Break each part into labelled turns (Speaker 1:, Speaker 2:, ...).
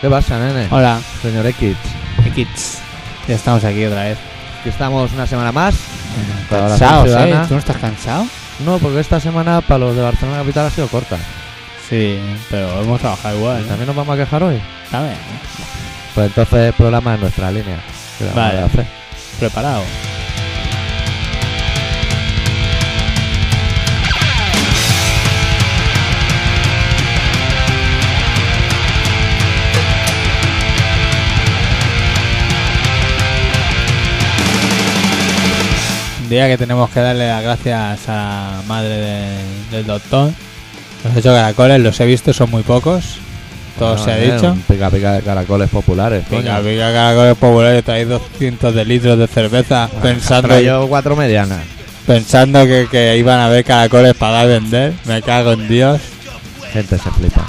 Speaker 1: ¿Qué pasa, nene?
Speaker 2: Hola,
Speaker 1: Señor X.
Speaker 2: Kids. Ya estamos aquí otra vez.
Speaker 1: Aquí estamos una semana más. Para la
Speaker 2: Mm, Cansados,
Speaker 1: Ciudadana.
Speaker 2: ¿eh? ¿Tú no estás cansado?
Speaker 1: No, porque esta semana para los de Barcelona Capital ha sido corta.
Speaker 2: Sí, pero hemos trabajado igual.
Speaker 1: ¿También nos vamos a quejar hoy?
Speaker 2: Está bien, ¿eh?
Speaker 1: Pues entonces el programa es nuestra línea. ¿Qué le vamos
Speaker 2: Vale.
Speaker 1: a hacer?
Speaker 2: Preparado. Un día que tenemos que darle las gracias a la madre de- del doctor. Los ocho caracoles los he visto, son muy pocos. Todo
Speaker 1: Bueno,
Speaker 2: se ha
Speaker 1: nene,
Speaker 2: dicho.
Speaker 1: un pica pica de caracoles populares, coño.
Speaker 2: Venga, venga, caracoles populares, traéis 200 de litros de cerveza pensando,
Speaker 1: Traigo cuatro medianas.
Speaker 2: pensando que, que iban a haber caracoles para vender. Me cago en Dios.
Speaker 1: Gente se flipa.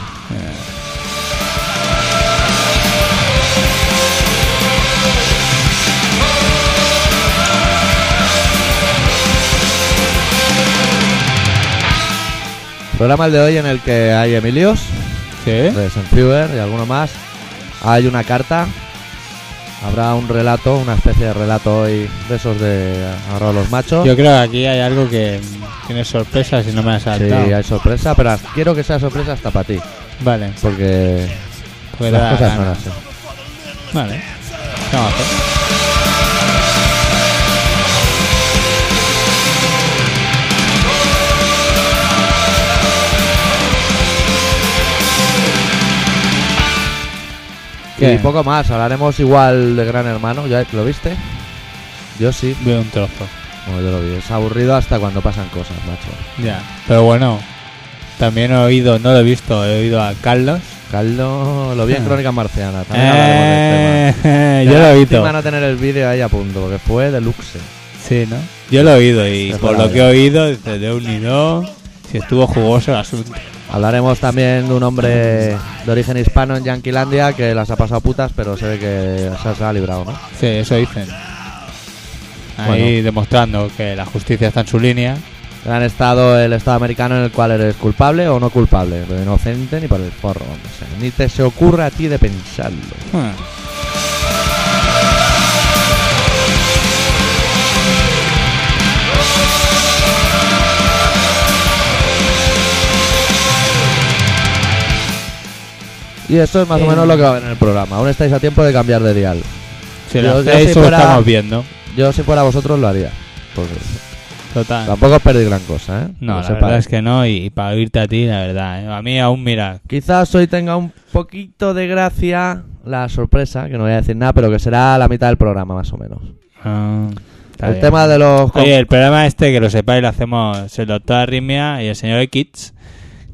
Speaker 1: Programa el de hoy en el que hay Emilios,
Speaker 2: ¿Sí?
Speaker 1: de Senfewer y alguno más. Hay una carta. Habrá un relato, una especie de relato hoy de esos de agarrar a los machos.
Speaker 2: Yo creo que aquí hay algo que tiene sorpresas y no me ha
Speaker 1: Sí,
Speaker 2: saltado.
Speaker 1: hay sorpresa, pero quiero que sea sorpresa hasta para ti,
Speaker 2: Vale,
Speaker 1: porque
Speaker 2: pues
Speaker 1: las
Speaker 2: da
Speaker 1: cosas
Speaker 2: gana.
Speaker 1: son así.
Speaker 2: Vale. ¿Qué vamos a hacer?
Speaker 1: Y
Speaker 2: ¿Qué?
Speaker 1: poco más, hablaremos igual de Gran Hermano, ¿ya lo viste? Yo sí,
Speaker 2: Veo un trozo.
Speaker 1: bueno, yo lo vi. Es aburrido hasta cuando pasan cosas, macho.
Speaker 2: Ya. Pero bueno, también he oído, no lo he visto, he oído a Carlos.
Speaker 1: Carlos, lo vi en
Speaker 2: Ah.
Speaker 1: Crónicas Marcianas, también hablaremos del tema.
Speaker 2: Eh, yo lo he
Speaker 1: Lástima
Speaker 2: oído.
Speaker 1: no tener el vídeo ahí a punto, porque fue de luxe.
Speaker 2: Sí, ¿no? Yo lo he oído y
Speaker 1: Es
Speaker 2: por
Speaker 1: verdad,
Speaker 2: lo que he oído, desde de un y dos, si estuvo jugoso el asunto.
Speaker 1: Hablaremos también de un hombre de origen hispano en Yanquilandia que las ha pasado putas, pero se ve que se, se ha librado, ¿no?
Speaker 2: Sí, eso dicen. Ahí
Speaker 1: Bueno.
Speaker 2: demostrando que la justicia está en su línea.
Speaker 1: Gran estado, el estado americano en el cual eres culpable o no culpable, pero inocente ni por el forro, hombre, o sea, ni te se ocurra a ti de pensarlo.
Speaker 2: Hmm.
Speaker 1: Y eso es más o
Speaker 2: Eh.
Speaker 1: menos lo que va a haber en el programa. Aún estáis a tiempo de cambiar de dial.
Speaker 2: Si
Speaker 1: Yo-
Speaker 2: lo
Speaker 1: yo
Speaker 2: hacéis,
Speaker 1: si
Speaker 2: lo
Speaker 1: fuera-
Speaker 2: estamos viendo.
Speaker 1: Yo si fuera vosotros lo haría. Porque
Speaker 2: Total.
Speaker 1: tampoco os perdí gran cosa, ¿eh?
Speaker 2: Ah. No,
Speaker 1: Que
Speaker 2: la
Speaker 1: sepáis.
Speaker 2: verdad es que no. Y, y para oírte a ti, la verdad. ¿eh? A mí aún, mira.
Speaker 1: Quizás hoy tenga un poquito de gracia la sorpresa, que no voy a decir nada, pero que será la mitad del programa más o menos.
Speaker 2: ah, está
Speaker 1: el
Speaker 2: bien.
Speaker 1: tema de los... con-
Speaker 2: Oye, el programa este, que lo sepáis, lo hacemos el doctor Arritmia y el señor X.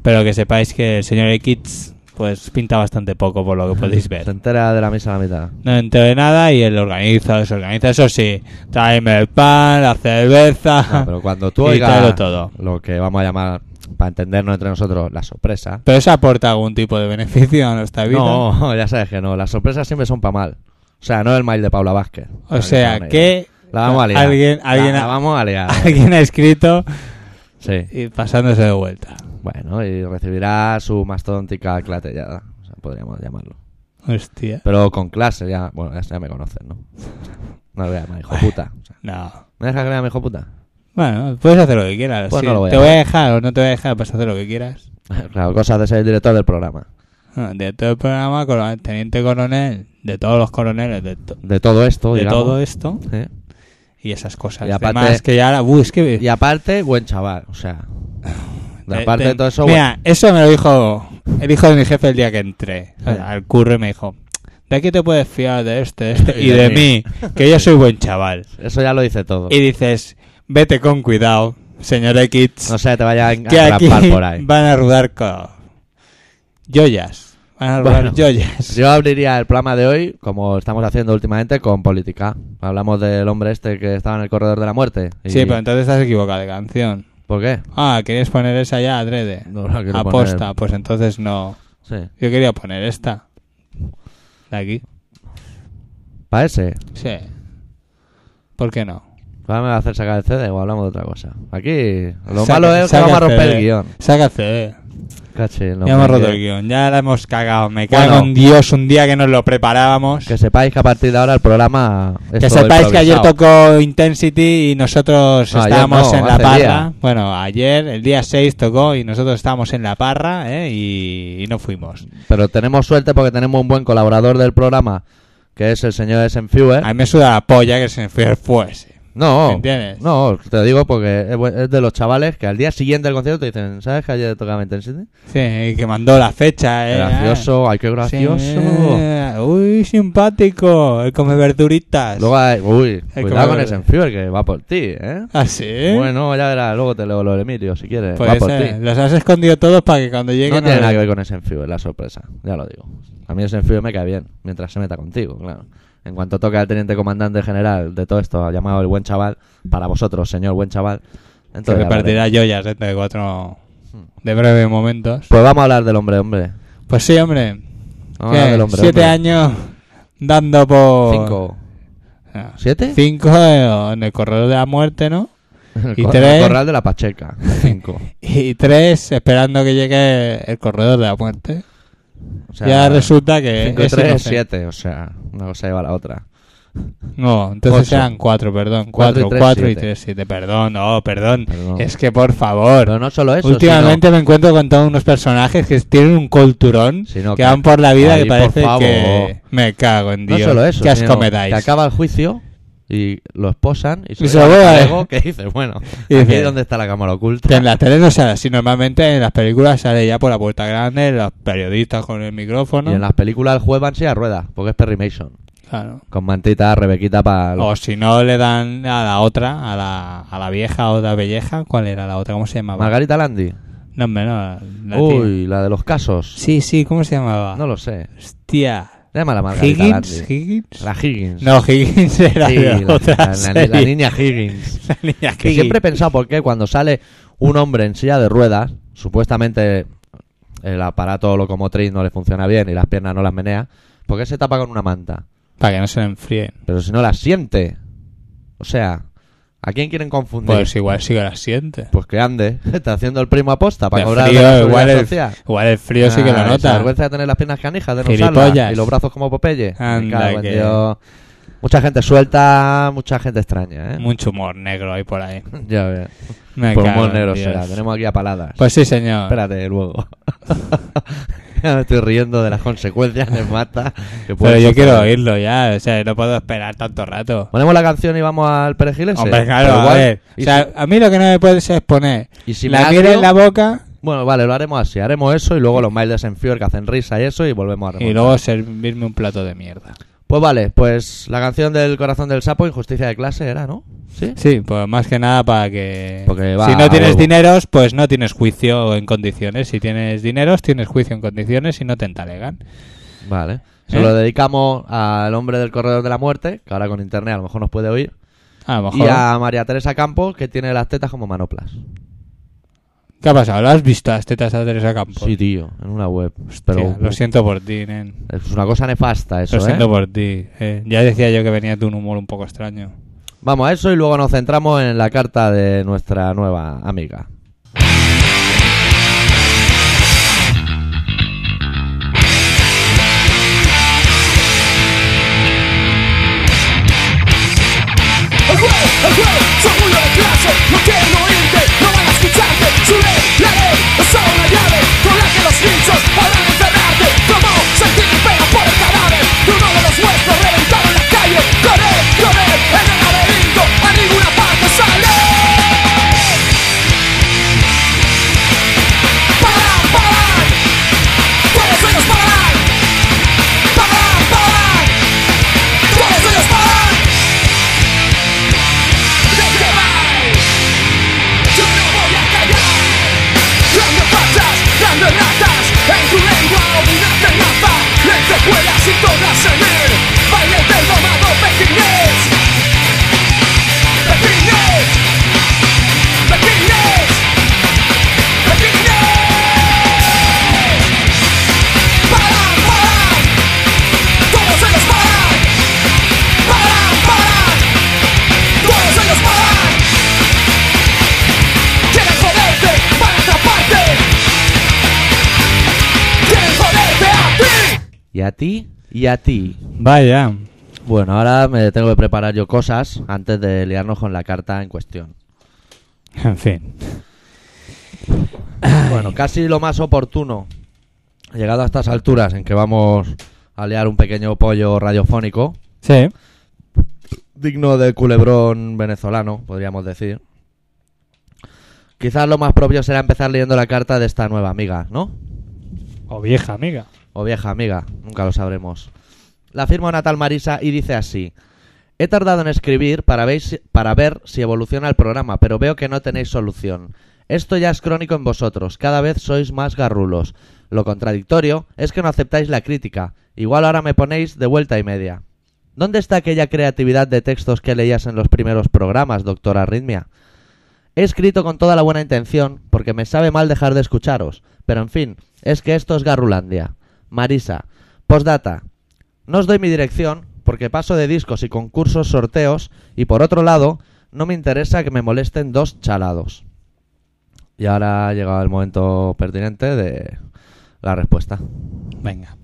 Speaker 2: Pero que sepáis que el señor X, pues pinta bastante poco por lo que podéis ver.
Speaker 1: Se entera de la misa a la mitad.
Speaker 2: No entero de nada y él organiza, desorganiza. Eso sí, tráeme el pan, la cerveza.
Speaker 1: No, Ah, pero cuando tú
Speaker 2: y tráelo
Speaker 1: oigas
Speaker 2: todo.
Speaker 1: lo que vamos a llamar, para entendernos entre nosotros, la sorpresa...
Speaker 2: Pero eso aporta algún tipo de beneficio a nuestra vida.
Speaker 1: No, ya sabes que no, las sorpresas siempre son para mal. O sea, no el mail de Paula Vázquez.
Speaker 2: o sea que
Speaker 1: La vamos a liar.
Speaker 2: alguien, alguien,
Speaker 1: la, la
Speaker 2: ha-
Speaker 1: vamos a liar.
Speaker 2: alguien ha escrito
Speaker 1: Sí.
Speaker 2: y pasándose de vuelta.
Speaker 1: Bueno, y recibirá su mastodóntica clatellada. O sea, podríamos llamarlo.
Speaker 2: Hostia.
Speaker 1: Pero con clase, ya. Bueno, ya, ya me conocen, ¿no? No lo voy a llamar hijo puta. O sea,
Speaker 2: No.
Speaker 1: ¿Me dejas que le llame hijo puta?
Speaker 2: Bueno, puedes hacer lo que quieras.
Speaker 1: Pues
Speaker 2: sí.
Speaker 1: no lo voy a
Speaker 2: te voy a dejar o no te voy a dejar, puedes hacer lo que quieras.
Speaker 1: claro, cosas de ser el director del programa.
Speaker 2: Ah, De todo el programa, colo- teniente coronel, de todos los coroneles, de, to-
Speaker 1: De todo esto,
Speaker 2: de
Speaker 1: digamos.
Speaker 2: todo esto
Speaker 1: ¿Eh?
Speaker 2: y esas cosas.
Speaker 1: Y aparte-
Speaker 2: Además, que ya ahora- uh, es que
Speaker 1: Y aparte, buen chaval. O sea. de
Speaker 2: Eh,
Speaker 1: aparte
Speaker 2: te-
Speaker 1: de todo eso,
Speaker 2: Mira, eso me lo dijo el hijo de mi jefe el día que entré al- al curro y me dijo: De aquí te puedes fiar de este, de este y, de, mí, que yo soy buen chaval.
Speaker 1: buen- eso ya lo dice todo.
Speaker 2: Y dices: Vete con cuidado, señor X,
Speaker 1: No sé, te vaya a en- a
Speaker 2: que aquí
Speaker 1: atrapar por ahí.
Speaker 2: van a rodar con. Joyas. Van a rodar
Speaker 1: Bueno.
Speaker 2: joyas.
Speaker 1: Yo abriría el programa de hoy, como estamos haciendo últimamente, con política. Hablamos del hombre este que estaba en el corredor de la muerte. y-
Speaker 2: Sí, pero entonces estás equivocado de canción.
Speaker 1: ¿Por qué?
Speaker 2: Ah, querías poner esa ya adrede.
Speaker 1: No la quiero
Speaker 2: Aposta,
Speaker 1: poner.
Speaker 2: pues entonces no.
Speaker 1: Sí.
Speaker 2: Yo quería poner esta. De aquí.
Speaker 1: ¿Para ese?
Speaker 2: Sí. ¿Por qué no?
Speaker 1: Ahora me va a hacer sacar el CD o hablamos de otra cosa. Aquí, lo
Speaker 2: Saca-
Speaker 1: malo es que
Speaker 2: saca
Speaker 1: vamos a romper
Speaker 2: CD.
Speaker 1: el guión.
Speaker 2: Saca el CD.
Speaker 1: Cache, no,
Speaker 2: ya hemos
Speaker 1: que-
Speaker 2: roto el guión, ya la hemos cagado. Me cago
Speaker 1: Bueno.
Speaker 2: en Dios un día que nos lo preparábamos.
Speaker 1: Que sepáis que a partir de ahora el programa es
Speaker 2: que
Speaker 1: todo
Speaker 2: sepáis que ayer
Speaker 1: improvisado.
Speaker 2: tocó Intensity y nosotros
Speaker 1: No, ayer
Speaker 2: estábamos
Speaker 1: no,
Speaker 2: en la
Speaker 1: hace
Speaker 2: parra.
Speaker 1: día.
Speaker 2: Bueno, ayer, el día 6 tocó y nosotros estábamos en la parra ¿eh? y, y no fuimos.
Speaker 1: Pero tenemos suerte porque tenemos un buen colaborador del programa, que es el señor Esenfewer.
Speaker 2: A mí me suda la polla que se me fuese.
Speaker 1: No,
Speaker 2: ¿Me entiendes?
Speaker 1: no, te lo digo porque es bu- es de los chavales que al día siguiente del concierto te dicen, ¿sabes que ayer tocaba Intensity?
Speaker 2: Sí, y que mandó la fecha. ¿eh?
Speaker 1: Gracioso, ay, qué
Speaker 2: Sí,
Speaker 1: gracioso.
Speaker 2: eh, uy, simpático. eh, El come verduritas.
Speaker 1: Luego hay, uy,
Speaker 2: Ay,
Speaker 1: cuidado
Speaker 2: cómo-
Speaker 1: con Esenfewer que va por ti, ¿eh?
Speaker 2: ¿Ah, sí?
Speaker 1: Bueno, ya verás, luego te leo lo de Emilio si quieres,
Speaker 2: Pues,
Speaker 1: va por
Speaker 2: eh,
Speaker 1: ti.
Speaker 2: los has escondido todos para que cuando lleguen...
Speaker 1: No tiene nada que ver con Esenfewer, la sorpresa, ya lo digo. A mí Esenfewer me cae bien, mientras se meta contigo, claro. En cuanto toque al teniente comandante general de todo esto, llamado el buen chaval, para vosotros, señor buen chaval,
Speaker 2: Se
Speaker 1: entonces... Hmm. ya hablaré.
Speaker 2: repartirá joyas dentro de cuatro... De breves momentos.
Speaker 1: Pues vamos a hablar del hombre, hombre.
Speaker 2: Pues sí, hombre.
Speaker 1: Vamos a hablar
Speaker 2: ¿Qué?
Speaker 1: del hombre,
Speaker 2: Siete
Speaker 1: hombre.
Speaker 2: años dando por...
Speaker 1: Cinco.
Speaker 2: Ah,
Speaker 1: ¿Siete?
Speaker 2: Cinco eh, en el corredor de la muerte, ¿no?
Speaker 1: El
Speaker 2: Y
Speaker 1: cor- el
Speaker 2: tres.
Speaker 1: corral de la Pacheca. Cinco.
Speaker 2: Y tres esperando que llegue el corredor de la muerte.
Speaker 1: O sea,
Speaker 2: ya resulta que...
Speaker 1: Cinco,
Speaker 2: ese no
Speaker 1: tres,
Speaker 2: sé.
Speaker 1: siete. O sea, una cosa lleva a la otra.
Speaker 2: No, entonces
Speaker 1: Ocho.
Speaker 2: eran cuatro, perdón.
Speaker 1: Cuatro y
Speaker 2: Cuatro,
Speaker 1: tres,
Speaker 2: cuatro y
Speaker 1: siete.
Speaker 2: tres, siete. Perdón, no, perdón.
Speaker 1: Perdón.
Speaker 2: Es que, por favor.
Speaker 1: Pero no solo eso.
Speaker 2: Últimamente me encuentro con todos unos personajes que tienen un colturón
Speaker 1: Si no,
Speaker 2: que
Speaker 1: ca-
Speaker 2: van por la vida
Speaker 1: ahí,
Speaker 2: que parece
Speaker 1: por favor.
Speaker 2: que me cago en
Speaker 1: sino-
Speaker 2: Dios.
Speaker 1: no solo eso.
Speaker 2: que
Speaker 1: sino
Speaker 2: asco me
Speaker 1: que
Speaker 2: dais.
Speaker 1: acaba el juicio y lo esposan y
Speaker 2: Y
Speaker 1: se
Speaker 2: se
Speaker 1: lo
Speaker 2: lo
Speaker 1: llevan
Speaker 2: voy a-
Speaker 1: a Diego, que dice, bueno,
Speaker 2: Y
Speaker 1: aquí
Speaker 2: dice-
Speaker 1: donde está la cámara oculta.
Speaker 2: Que en la tele no sale así. Normalmente en las películas sale ya por la puerta grande, los periodistas con el micrófono.
Speaker 1: Y en las películas el juez va en silla de ruedas, porque es Perry Mason.
Speaker 2: Claro.
Speaker 1: Con mantita, rebequita para...
Speaker 2: O si no le dan a la otra, a la, a la vieja o la belleja. ¿Cuál era la otra? ¿Cómo se llamaba?
Speaker 1: Margarita Landi.
Speaker 2: No, hombre, no. la- la tía.
Speaker 1: Uy, la de los casos.
Speaker 2: Sí, sí, ¿cómo se llamaba?
Speaker 1: No lo sé.
Speaker 2: Hostia.
Speaker 1: Llámala Margarita
Speaker 2: Higgins,
Speaker 1: Landi.
Speaker 2: Higgins.
Speaker 1: La Higgins.
Speaker 2: No, Higgins era
Speaker 1: Sí,
Speaker 2: de
Speaker 1: la,
Speaker 2: otra
Speaker 1: la- la- la
Speaker 2: serie.
Speaker 1: niña Higgins.
Speaker 2: La niña
Speaker 1: Que
Speaker 2: Higgins.
Speaker 1: siempre he pensado por qué cuando sale un hombre en silla de ruedas, supuestamente el aparato locomotriz no le funciona bien y las piernas no las menea, ¿por qué se tapa con una manta?
Speaker 2: Para que no se le enfríen.
Speaker 1: Pero si no las siente. O sea, ¿a quién quieren confundir?
Speaker 2: Pues igual sí que la siente.
Speaker 1: Pues que ande, está haciendo el primo aposta para
Speaker 2: De
Speaker 1: cobrar
Speaker 2: frío,
Speaker 1: la seguridad
Speaker 2: igual, el,
Speaker 1: social.
Speaker 2: igual el frío sí que lo
Speaker 1: Ah, Se
Speaker 2: nota.
Speaker 1: vergüenza de tener las piernas canijas, de no
Speaker 2: Gilipollas.
Speaker 1: usarlas, y los brazos como Popeye. Me
Speaker 2: Anda,
Speaker 1: cago en
Speaker 2: que-
Speaker 1: Dios. Mucha gente suelta, mucha gente extraña, ¿eh?
Speaker 2: Mucho humor negro ahí por ahí.
Speaker 1: Ya ves.
Speaker 2: Me
Speaker 1: Por
Speaker 2: cago
Speaker 1: humor
Speaker 2: en
Speaker 1: negro
Speaker 2: Dios.
Speaker 1: será. Tenemos aquí a paladas.
Speaker 2: Pues sí, señor.
Speaker 1: Espérate, luego. ya me estoy riendo de las consecuencias de Mata. Que
Speaker 2: Pero
Speaker 1: puede
Speaker 2: yo
Speaker 1: sufrir.
Speaker 2: quiero oírlo ya. O sea, no puedo esperar tanto rato.
Speaker 1: Ponemos la canción y vamos al perejil ese.
Speaker 2: Hombre, claro,
Speaker 1: Pero
Speaker 2: a
Speaker 1: igual-
Speaker 2: ver.
Speaker 1: y
Speaker 2: O sea, a mí lo que no me puedes es poner
Speaker 1: si- y si me
Speaker 2: la
Speaker 1: agrio-
Speaker 2: miel en la boca
Speaker 1: Bueno, vale, lo haremos así. Haremos eso y luego los bailes en Fior que hacen risa y eso y volvemos a remontar.
Speaker 2: y luego servirme un plato de mierda.
Speaker 1: Pues vale, pues la canción del corazón del sapo, Injusticia de clase, era, ¿no? Sí.
Speaker 2: Sí, pues más que nada para que...
Speaker 1: Porque va
Speaker 2: si
Speaker 1: a
Speaker 2: no tienes
Speaker 1: huevo.
Speaker 2: dineros, pues no tienes juicio en condiciones. Si tienes dineros, tienes juicio en condiciones y no te entalegan.
Speaker 1: Vale. Se
Speaker 2: ¿Eh?
Speaker 1: lo dedicamos al hombre del corredor de la muerte, que ahora con internet a lo mejor nos puede oír.
Speaker 2: A lo
Speaker 1: Y
Speaker 2: mejor...
Speaker 1: a María Teresa Campos, que tiene las tetas como manoplas.
Speaker 2: ¿Qué ha pasado? ¿Lo has visto las tetas a Teresa Campos?
Speaker 1: Sí, tío, en una web. Pero uh,
Speaker 2: Tía, lo siento por ti, nen.
Speaker 1: es una cosa nefasta eso,
Speaker 2: Lo siento
Speaker 1: ¿eh?
Speaker 2: por ti. eh. Ya decía yo que venía de un humor un poco extraño.
Speaker 1: Vamos a eso y luego nos centramos en la carta de nuestra nueva amiga.
Speaker 3: El juez, el juez, son muy de clase No quieren oírte, no van a escucharte Su ley, la ley, es solo una llave Con la que los hinchos podrán encerrarte Como sentir pena por el cadáver De uno de los nuestros reventado en la calle Correr, correr, en el laberinto A ninguna parte sale Pagarán, pagarán Todos ellos pagarán Pagarán, pagarán Todos ellos pagarán Let's get high!
Speaker 1: Y a ti, y a ti.
Speaker 2: Vaya.
Speaker 1: Bueno, ahora me tengo que preparar yo cosas antes de liarnos con la carta en cuestión.
Speaker 2: En fin.
Speaker 1: Bueno, casi lo más oportuno, llegado a estas alturas en que vamos a liar un pequeño pollo radiofónico,
Speaker 2: Sí.
Speaker 1: digno de culebrón venezolano, podríamos decir. Quizás lo más propio será empezar leyendo la carta de esta nueva amiga, ¿no?
Speaker 2: O vieja amiga.
Speaker 1: o vieja amiga, nunca lo sabremos. La firma una tal Marisa y dice así. He tardado en escribir para, veis- para ver si evoluciona el programa, pero veo que no tenéis solución. Esto ya es crónico en vosotros, cada vez sois más garrulos. Lo contradictorio es que no aceptáis la crítica, igual ahora me ponéis de vuelta y media. ¿Dónde está aquella creatividad de textos que leías en los primeros programas, doctora Arritmia? He escrito con toda la buena intención, porque me sabe mal dejar de escucharos, pero en fin, es que esto es Garrulandia. Marisa. Postdata. No os doy mi dirección porque paso de discos y concursos, sorteos y por otro lado, no me interesa que me molesten dos chalados. Y ahora ha llegado el momento pertinente de la respuesta.
Speaker 2: Venga.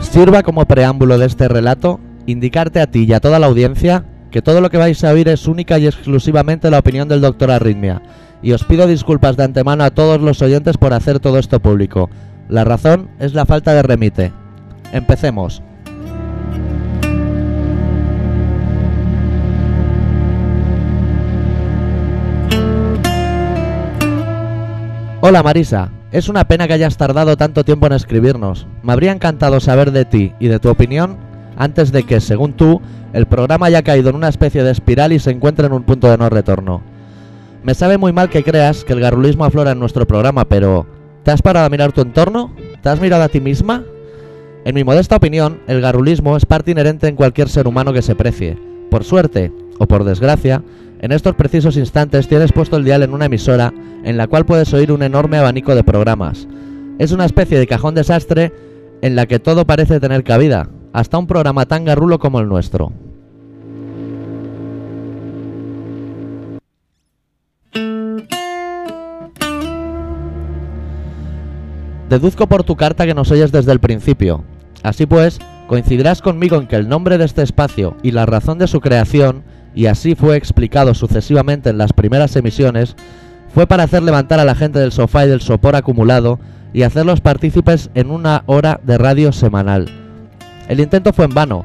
Speaker 1: Sirva como preámbulo de este relato indicarte a ti y a toda la audiencia que todo lo que vais a oír es única y exclusivamente la opinión del doctor Arritmia. Y os pido disculpas de antemano a todos los oyentes por hacer todo esto público. La razón es la falta de remite. Empecemos. Hola Marisa, es una pena que hayas tardado tanto tiempo en escribirnos. Me habría encantado saber de ti y de tu opinión antes de que, según tú, el programa haya caído en una especie de espiral y se encuentre en un punto de no retorno. Me sabe muy mal que creas que el garrulismo aflora en nuestro programa, pero ¿te has parado a mirar tu entorno? ¿Te has mirado a ti misma? En mi modesta opinión, el garrulismo es parte inherente en cualquier ser humano que se precie. Por suerte, o por desgracia, en estos precisos instantes tienes puesto el dial en una emisora en la cual puedes oír un enorme abanico de programas. Es una especie de cajón desastre en la que todo parece tener cabida, hasta un programa tan garrulo como el nuestro. Deduzco por tu carta que nos oyes desde el principio. Así pues, coincidirás conmigo en que el nombre de este espacio y la razón de su creación, y así fue explicado sucesivamente en las primeras emisiones, fue para hacer levantar a la gente del sofá y del sopor acumulado y hacerlos partícipes en una hora de radio semanal. El intento fue en vano.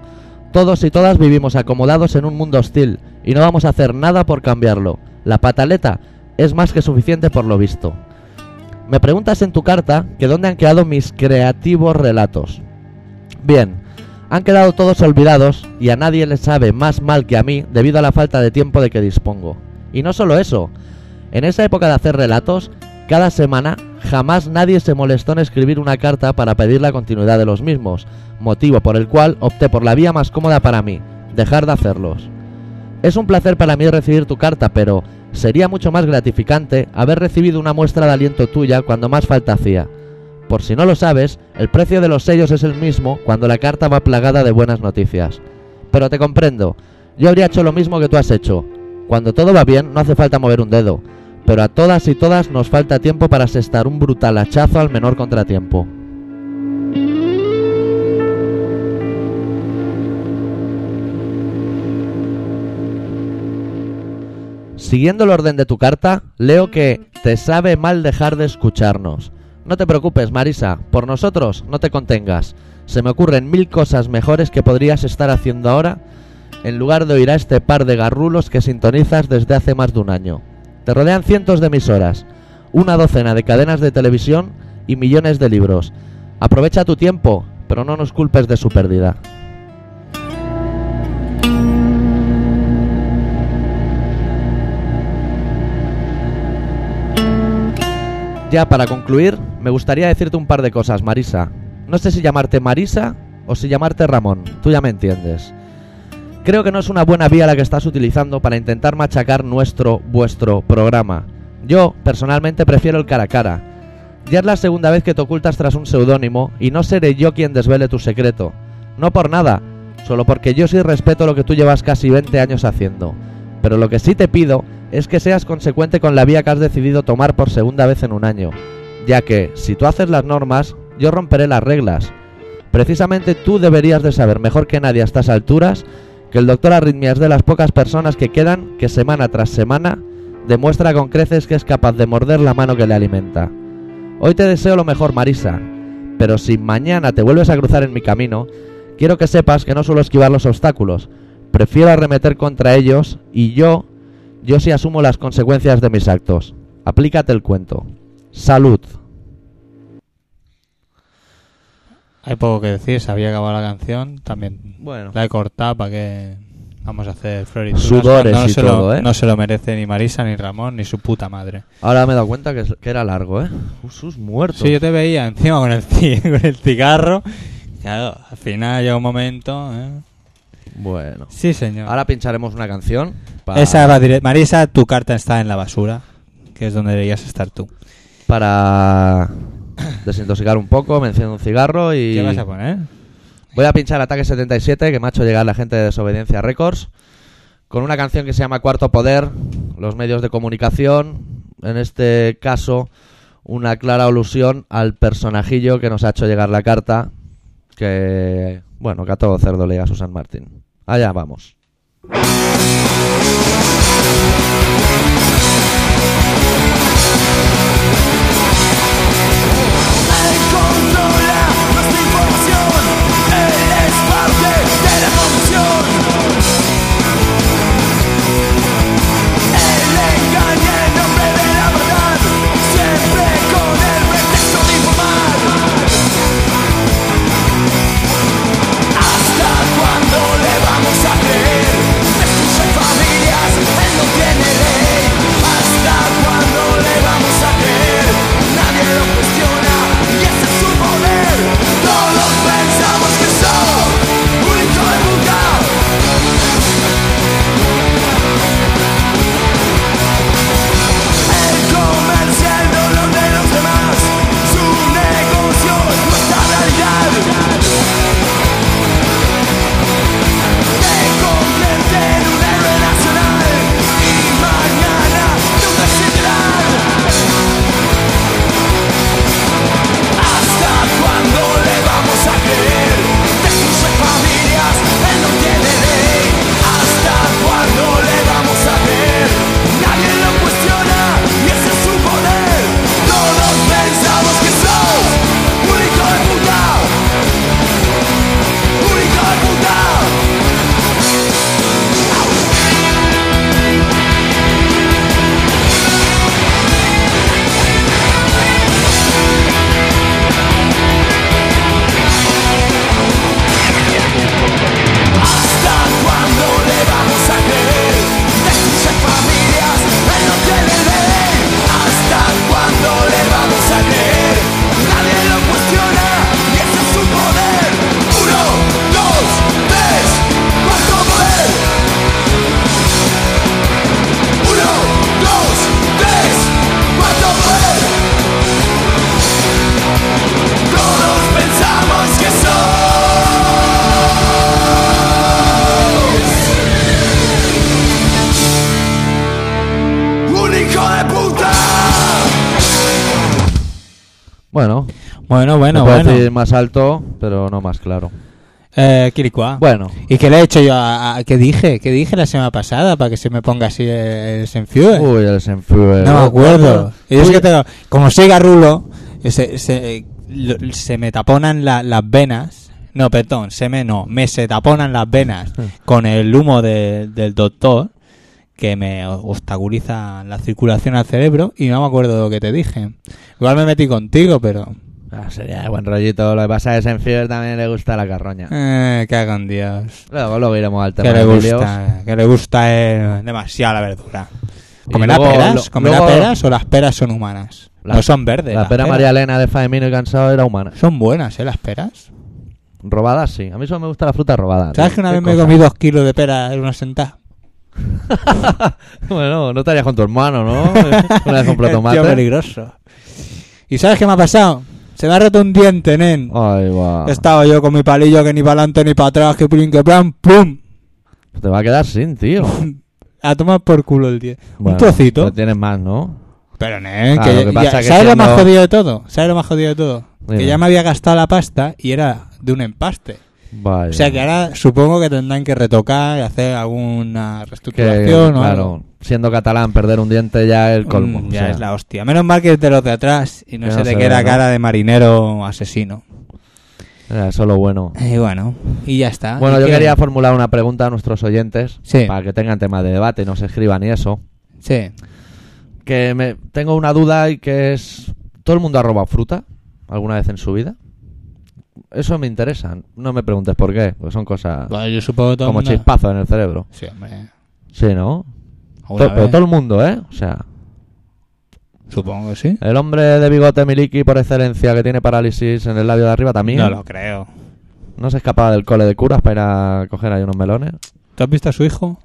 Speaker 1: Todos y todas vivimos acomodados en un mundo hostil y no vamos a hacer nada por cambiarlo. La pataleta es más que suficiente por lo visto. Me preguntas en tu carta que dónde han quedado mis creativos relatos. Bien, han quedado todos olvidados y a nadie le sabe más mal que a mí debido a la falta de tiempo de que dispongo. Y no solo eso, en esa época de hacer relatos, cada semana jamás nadie se molestó en escribir una carta para pedir la continuidad de los mismos, motivo por el cual opté por la vía más cómoda para mí, dejar de hacerlos. Es un placer para mí recibir tu carta, pero sería mucho más gratificante haber recibido una muestra de aliento tuya cuando más falta hacía. Por si no lo sabes, el precio de los sellos es el mismo cuando la carta va plagada de buenas noticias. Pero te comprendo, yo habría hecho lo mismo que tú has hecho. Cuando todo va bien, no hace falta mover un dedo, pero a todas y todas nos falta tiempo para asestar un brutal hachazo al menor contratiempo. Siguiendo el orden de tu carta, leo que te sabe mal dejar de escucharnos. No te preocupes, Marisa, por nosotros no te contengas. Se me ocurren mil cosas mejores que podrías estar haciendo ahora en lugar de oír a este par de garrulos que sintonizas desde hace más de un año. Te rodean cientos de emisoras, una docena de cadenas de televisión y millones de libros. Aprovecha tu tiempo, pero no nos culpes de su pérdida. Ya para concluir, me gustaría decirte un par de cosas, Marisa. No sé si llamarte Marisa o si llamarte Ramón, tú ya me entiendes. Creo que no es una buena vía la que estás utilizando para intentar machacar nuestro, vuestro programa. Yo, personalmente, prefiero el cara a cara. Ya es la segunda vez que te ocultas tras un seudónimo y no seré yo quien desvele tu secreto. No por nada, solo porque yo sí respeto lo que tú llevas casi 20 años haciendo. Pero lo que sí te pido es que seas consecuente con la vía que has decidido tomar por segunda vez en un año, ya que si tú haces las normas, yo romperé las reglas. Precisamente tú deberías de saber mejor que nadie a estas alturas que el doctor Arritmia es de las pocas personas que quedan que semana tras semana demuestra con creces que es capaz de morder la mano que le alimenta. Hoy te deseo lo mejor, Marisa, pero si mañana te vuelves a cruzar en mi camino, quiero que sepas que no suelo esquivar los obstáculos, prefiero arremeter contra ellos y yo, yo sí asumo las consecuencias de mis actos. Aplícate el cuento. Salud.
Speaker 2: Hay poco que decir, se había acabado la canción, también
Speaker 1: Bueno.
Speaker 2: la he cortado para que vamos a hacer florituras.
Speaker 1: Sudores
Speaker 2: cuando no
Speaker 1: y
Speaker 2: se
Speaker 1: todo,
Speaker 2: lo,
Speaker 1: ¿eh?
Speaker 2: No se lo merece ni Marisa, ni Ramón, ni su puta madre.
Speaker 1: Ahora me he dado cuenta que, es- que era largo, ¿eh? Sus muertos.
Speaker 2: Sí, yo te veía encima con el, ci- con el cigarro. Claro, al final llega un momento... ¿eh?
Speaker 1: Bueno.
Speaker 2: Sí, señor.
Speaker 1: Ahora pincharemos una canción. pa-
Speaker 2: Esa va dire- Marisa, tu carta está en la basura, que es donde deberías estar tú.
Speaker 1: Para desintoxicar un poco, me enciendo un cigarro y...
Speaker 2: ¿Qué vas a poner?
Speaker 1: Voy a pinchar Ataque 77, que me ha hecho llegar la gente de Desobediencia Records, con una canción que se llama Cuarto Poder, los medios de comunicación, en este caso una clara alusión al personajillo que nos ha hecho llegar la carta, que, bueno, que a todo cerdo le a Susan Martín. Allá vamos.
Speaker 3: Él controla nuestra información, él es parte de la corrupción. Él engaña en nombre de la verdad, siempre con el pretexto de informar. ¿Hasta cuándo le vamos a creer? Destruye familias, él no tiene ley. ¿Hasta cuándo le vamos a creer? Nadie lo cuestiona y ese es su poder. Todos pensamos que son un hijo de puta. Él comercia el dolor de los demás. Su negocio es nuestra realidad. Te convierte en un héroe nacional y mañana tú decidirás ¿Hasta cuándo le vamos a creer? Destruye familias, él no tiene ley ¿Hasta cuándo le vamos a creer? Nadie lo cuestiona y ese es su poder Todos pensamos que sos un hijo de puta Un hijo de puta ¿Hasta cuándo le vamos a creer? Destruye familias, él no tiene ley ¿Hasta cuándo le vamos a creer? Nadie lo cuestiona y ese es su poder Uno, dos, tres, cuatro poder Uno, dos, tres, cuatro poder Todos pensamos que son un hijo de puta
Speaker 1: Bueno,
Speaker 2: Bueno,
Speaker 1: no
Speaker 2: bueno,
Speaker 1: puedo
Speaker 2: bueno.
Speaker 1: decir más alto, pero no más claro.
Speaker 2: Eh, Quiricuá.
Speaker 1: Bueno,
Speaker 2: ¿Y qué le he hecho yo a, a- qué dije? ¿Qué dije la semana pasada para que se me ponga así el Senfue?
Speaker 1: uy, el Senfue.
Speaker 2: no me acuerdo. Y es que tengo, como soy garrulo, se, se, lo- se me taponan la- las venas. No, perdón, se me no, me se taponan las venas
Speaker 1: Hmm.
Speaker 2: con el humo de- del doctor que me obstaculiza la circulación al cerebro y no me acuerdo lo que te dije. Igual me metí contigo, pero
Speaker 1: Ah, sería de buen rollito. Lo que pasa es que Senfue también le gusta la carroña.
Speaker 2: eh, cago en Dios.
Speaker 1: Luego, luego iremos al tema
Speaker 2: Que le
Speaker 1: de Lilios.
Speaker 2: gusta, que le gusta eh, demasiado la verdura.
Speaker 1: Y
Speaker 2: ¿Comerá
Speaker 1: luego-
Speaker 2: peras?
Speaker 1: lo-
Speaker 2: ¿Comerá
Speaker 1: luego-
Speaker 2: peras o las peras son humanas?
Speaker 1: La-
Speaker 2: no son verdes.
Speaker 1: La
Speaker 2: las
Speaker 1: pera
Speaker 2: peras.
Speaker 1: María Elena de Faemino y Cansado era humana.
Speaker 2: Son buenas, ¿eh? Las peras.
Speaker 1: Robadas, sí. A mí solo me gusta la fruta robada.
Speaker 2: ¿Sabes
Speaker 1: tío.
Speaker 2: que una
Speaker 1: Qué
Speaker 2: vez me
Speaker 1: cosa.
Speaker 2: comí dos kilos de pera en una sentada?
Speaker 1: bueno, no estarías con tu hermano, ¿no? Una vez compró
Speaker 2: Tío
Speaker 1: tomate.
Speaker 2: peligroso. ¿Y sabes qué me ha pasado? Se me ha roto un diente, nen.
Speaker 1: Ay, va.
Speaker 2: Estaba yo con mi palillo que ni para adelante ni para atrás, que plin, que plan, plum.
Speaker 1: Te va a quedar sin, tío.
Speaker 2: A tomar por culo el diente.
Speaker 1: Bueno,
Speaker 2: un trocito.
Speaker 1: pero tienes más, ¿no?
Speaker 2: Pero, nen,
Speaker 1: Ah,
Speaker 2: que,
Speaker 1: lo que
Speaker 2: ya-
Speaker 1: pasa que
Speaker 2: ¿Sabes lo más
Speaker 1: siendo-
Speaker 2: jodido de todo? ¿Sabes lo más jodido de todo?
Speaker 1: Dime.
Speaker 2: Que ya me había gastado la pasta y era de un empaste.
Speaker 1: Vaya.
Speaker 2: O sea que ahora supongo que tendrán que retocar, hacer alguna
Speaker 1: Que,
Speaker 2: reestructuración o algo.
Speaker 1: claro, siendo catalán, perder un diente ya es el colmo.
Speaker 2: Mm,
Speaker 1: o
Speaker 2: ya
Speaker 1: sea.
Speaker 2: es la hostia. Menos mal que es de los de atrás y no
Speaker 1: Que
Speaker 2: se
Speaker 1: no
Speaker 2: te
Speaker 1: se
Speaker 2: queda
Speaker 1: ve, ¿no?
Speaker 2: cara de marinero asesino.
Speaker 1: Ya, Eso es lo bueno.
Speaker 2: Y bueno, y ya está.
Speaker 1: Bueno,
Speaker 2: Ah, ¿Y
Speaker 1: yo
Speaker 2: qué?
Speaker 1: quería formular una pregunta a nuestros oyentes
Speaker 2: Sí.
Speaker 1: para que tengan tema de debate y nos escriban y eso.
Speaker 2: Sí.
Speaker 1: Que me tengo una duda y que es ¿todo el mundo ha robado fruta alguna vez en su vida? Eso me interesa. No me preguntes por qué, porque son cosas
Speaker 2: Bueno, yo supongo que todo el
Speaker 1: como
Speaker 2: mundo-
Speaker 1: chispazos en el cerebro.
Speaker 2: Sí, hombre.
Speaker 1: Sí, ¿no?
Speaker 2: Alguna
Speaker 1: To- pero
Speaker 2: vez.
Speaker 1: todo el mundo, ¿eh? O sea,
Speaker 2: Supongo que sí.
Speaker 1: el hombre de bigote miliki por excelencia que tiene parálisis en el labio de arriba también.
Speaker 2: No lo creo.
Speaker 1: ¿No se escapaba del cole de curas para ir a coger ahí unos melones?
Speaker 2: ¿Tú has visto a su hijo?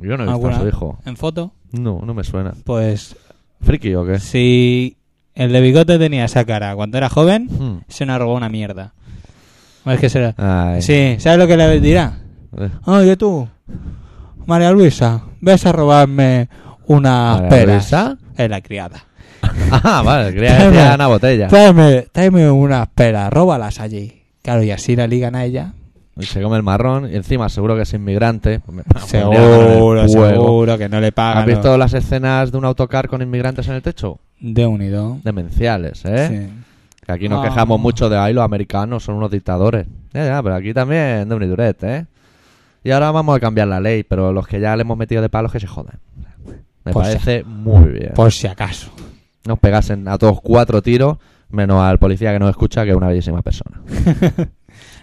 Speaker 1: Yo no he visto
Speaker 2: ¿Alguna?
Speaker 1: a su hijo.
Speaker 2: ¿En foto?
Speaker 1: No, no me suena.
Speaker 2: Pues
Speaker 1: ¿Friki o qué?
Speaker 2: si el de bigote tenía esa cara cuando era joven,
Speaker 1: Hmm.
Speaker 2: se nos robó una mierda. O es que será.
Speaker 1: Ay.
Speaker 2: Sí, ¿sabes lo que le dirá?
Speaker 1: Eh,
Speaker 2: Oye Ah, tú, María Luisa, ves a robarme unas
Speaker 1: María
Speaker 2: peras.
Speaker 1: Luisa?
Speaker 2: Es la criada.
Speaker 1: Ah, vale, quería
Speaker 2: Tráeme-
Speaker 1: decir una
Speaker 2: Pues
Speaker 1: botella.
Speaker 2: Tráeme, tráeme unas peras, róbalas allí. Claro, y así la ligan a ella.
Speaker 1: Y se come el marrón y encima seguro que es inmigrante. Me- me pondría pues con
Speaker 2: Seguro,
Speaker 1: el fuego.
Speaker 2: seguro que no le pagan.
Speaker 1: ¿Has visto las escenas de un autocar con inmigrantes en el techo?
Speaker 2: De unido.
Speaker 1: Demenciales, ¿eh?
Speaker 2: Sí.
Speaker 1: Que aquí nos
Speaker 2: Ah.
Speaker 1: quejamos mucho de ahí los americanos son unos dictadores. Ya, ya, pero aquí también de uniduret, ¿eh? Y ahora vamos a cambiar la ley, pero los que ya le hemos metido de palos que se jodan. Me
Speaker 2: Pues
Speaker 1: parece muy bien.
Speaker 2: Por si acaso.
Speaker 1: Nos pegasen a todos cuatro tiros, menos al policía que nos escucha, que es una bellísima persona.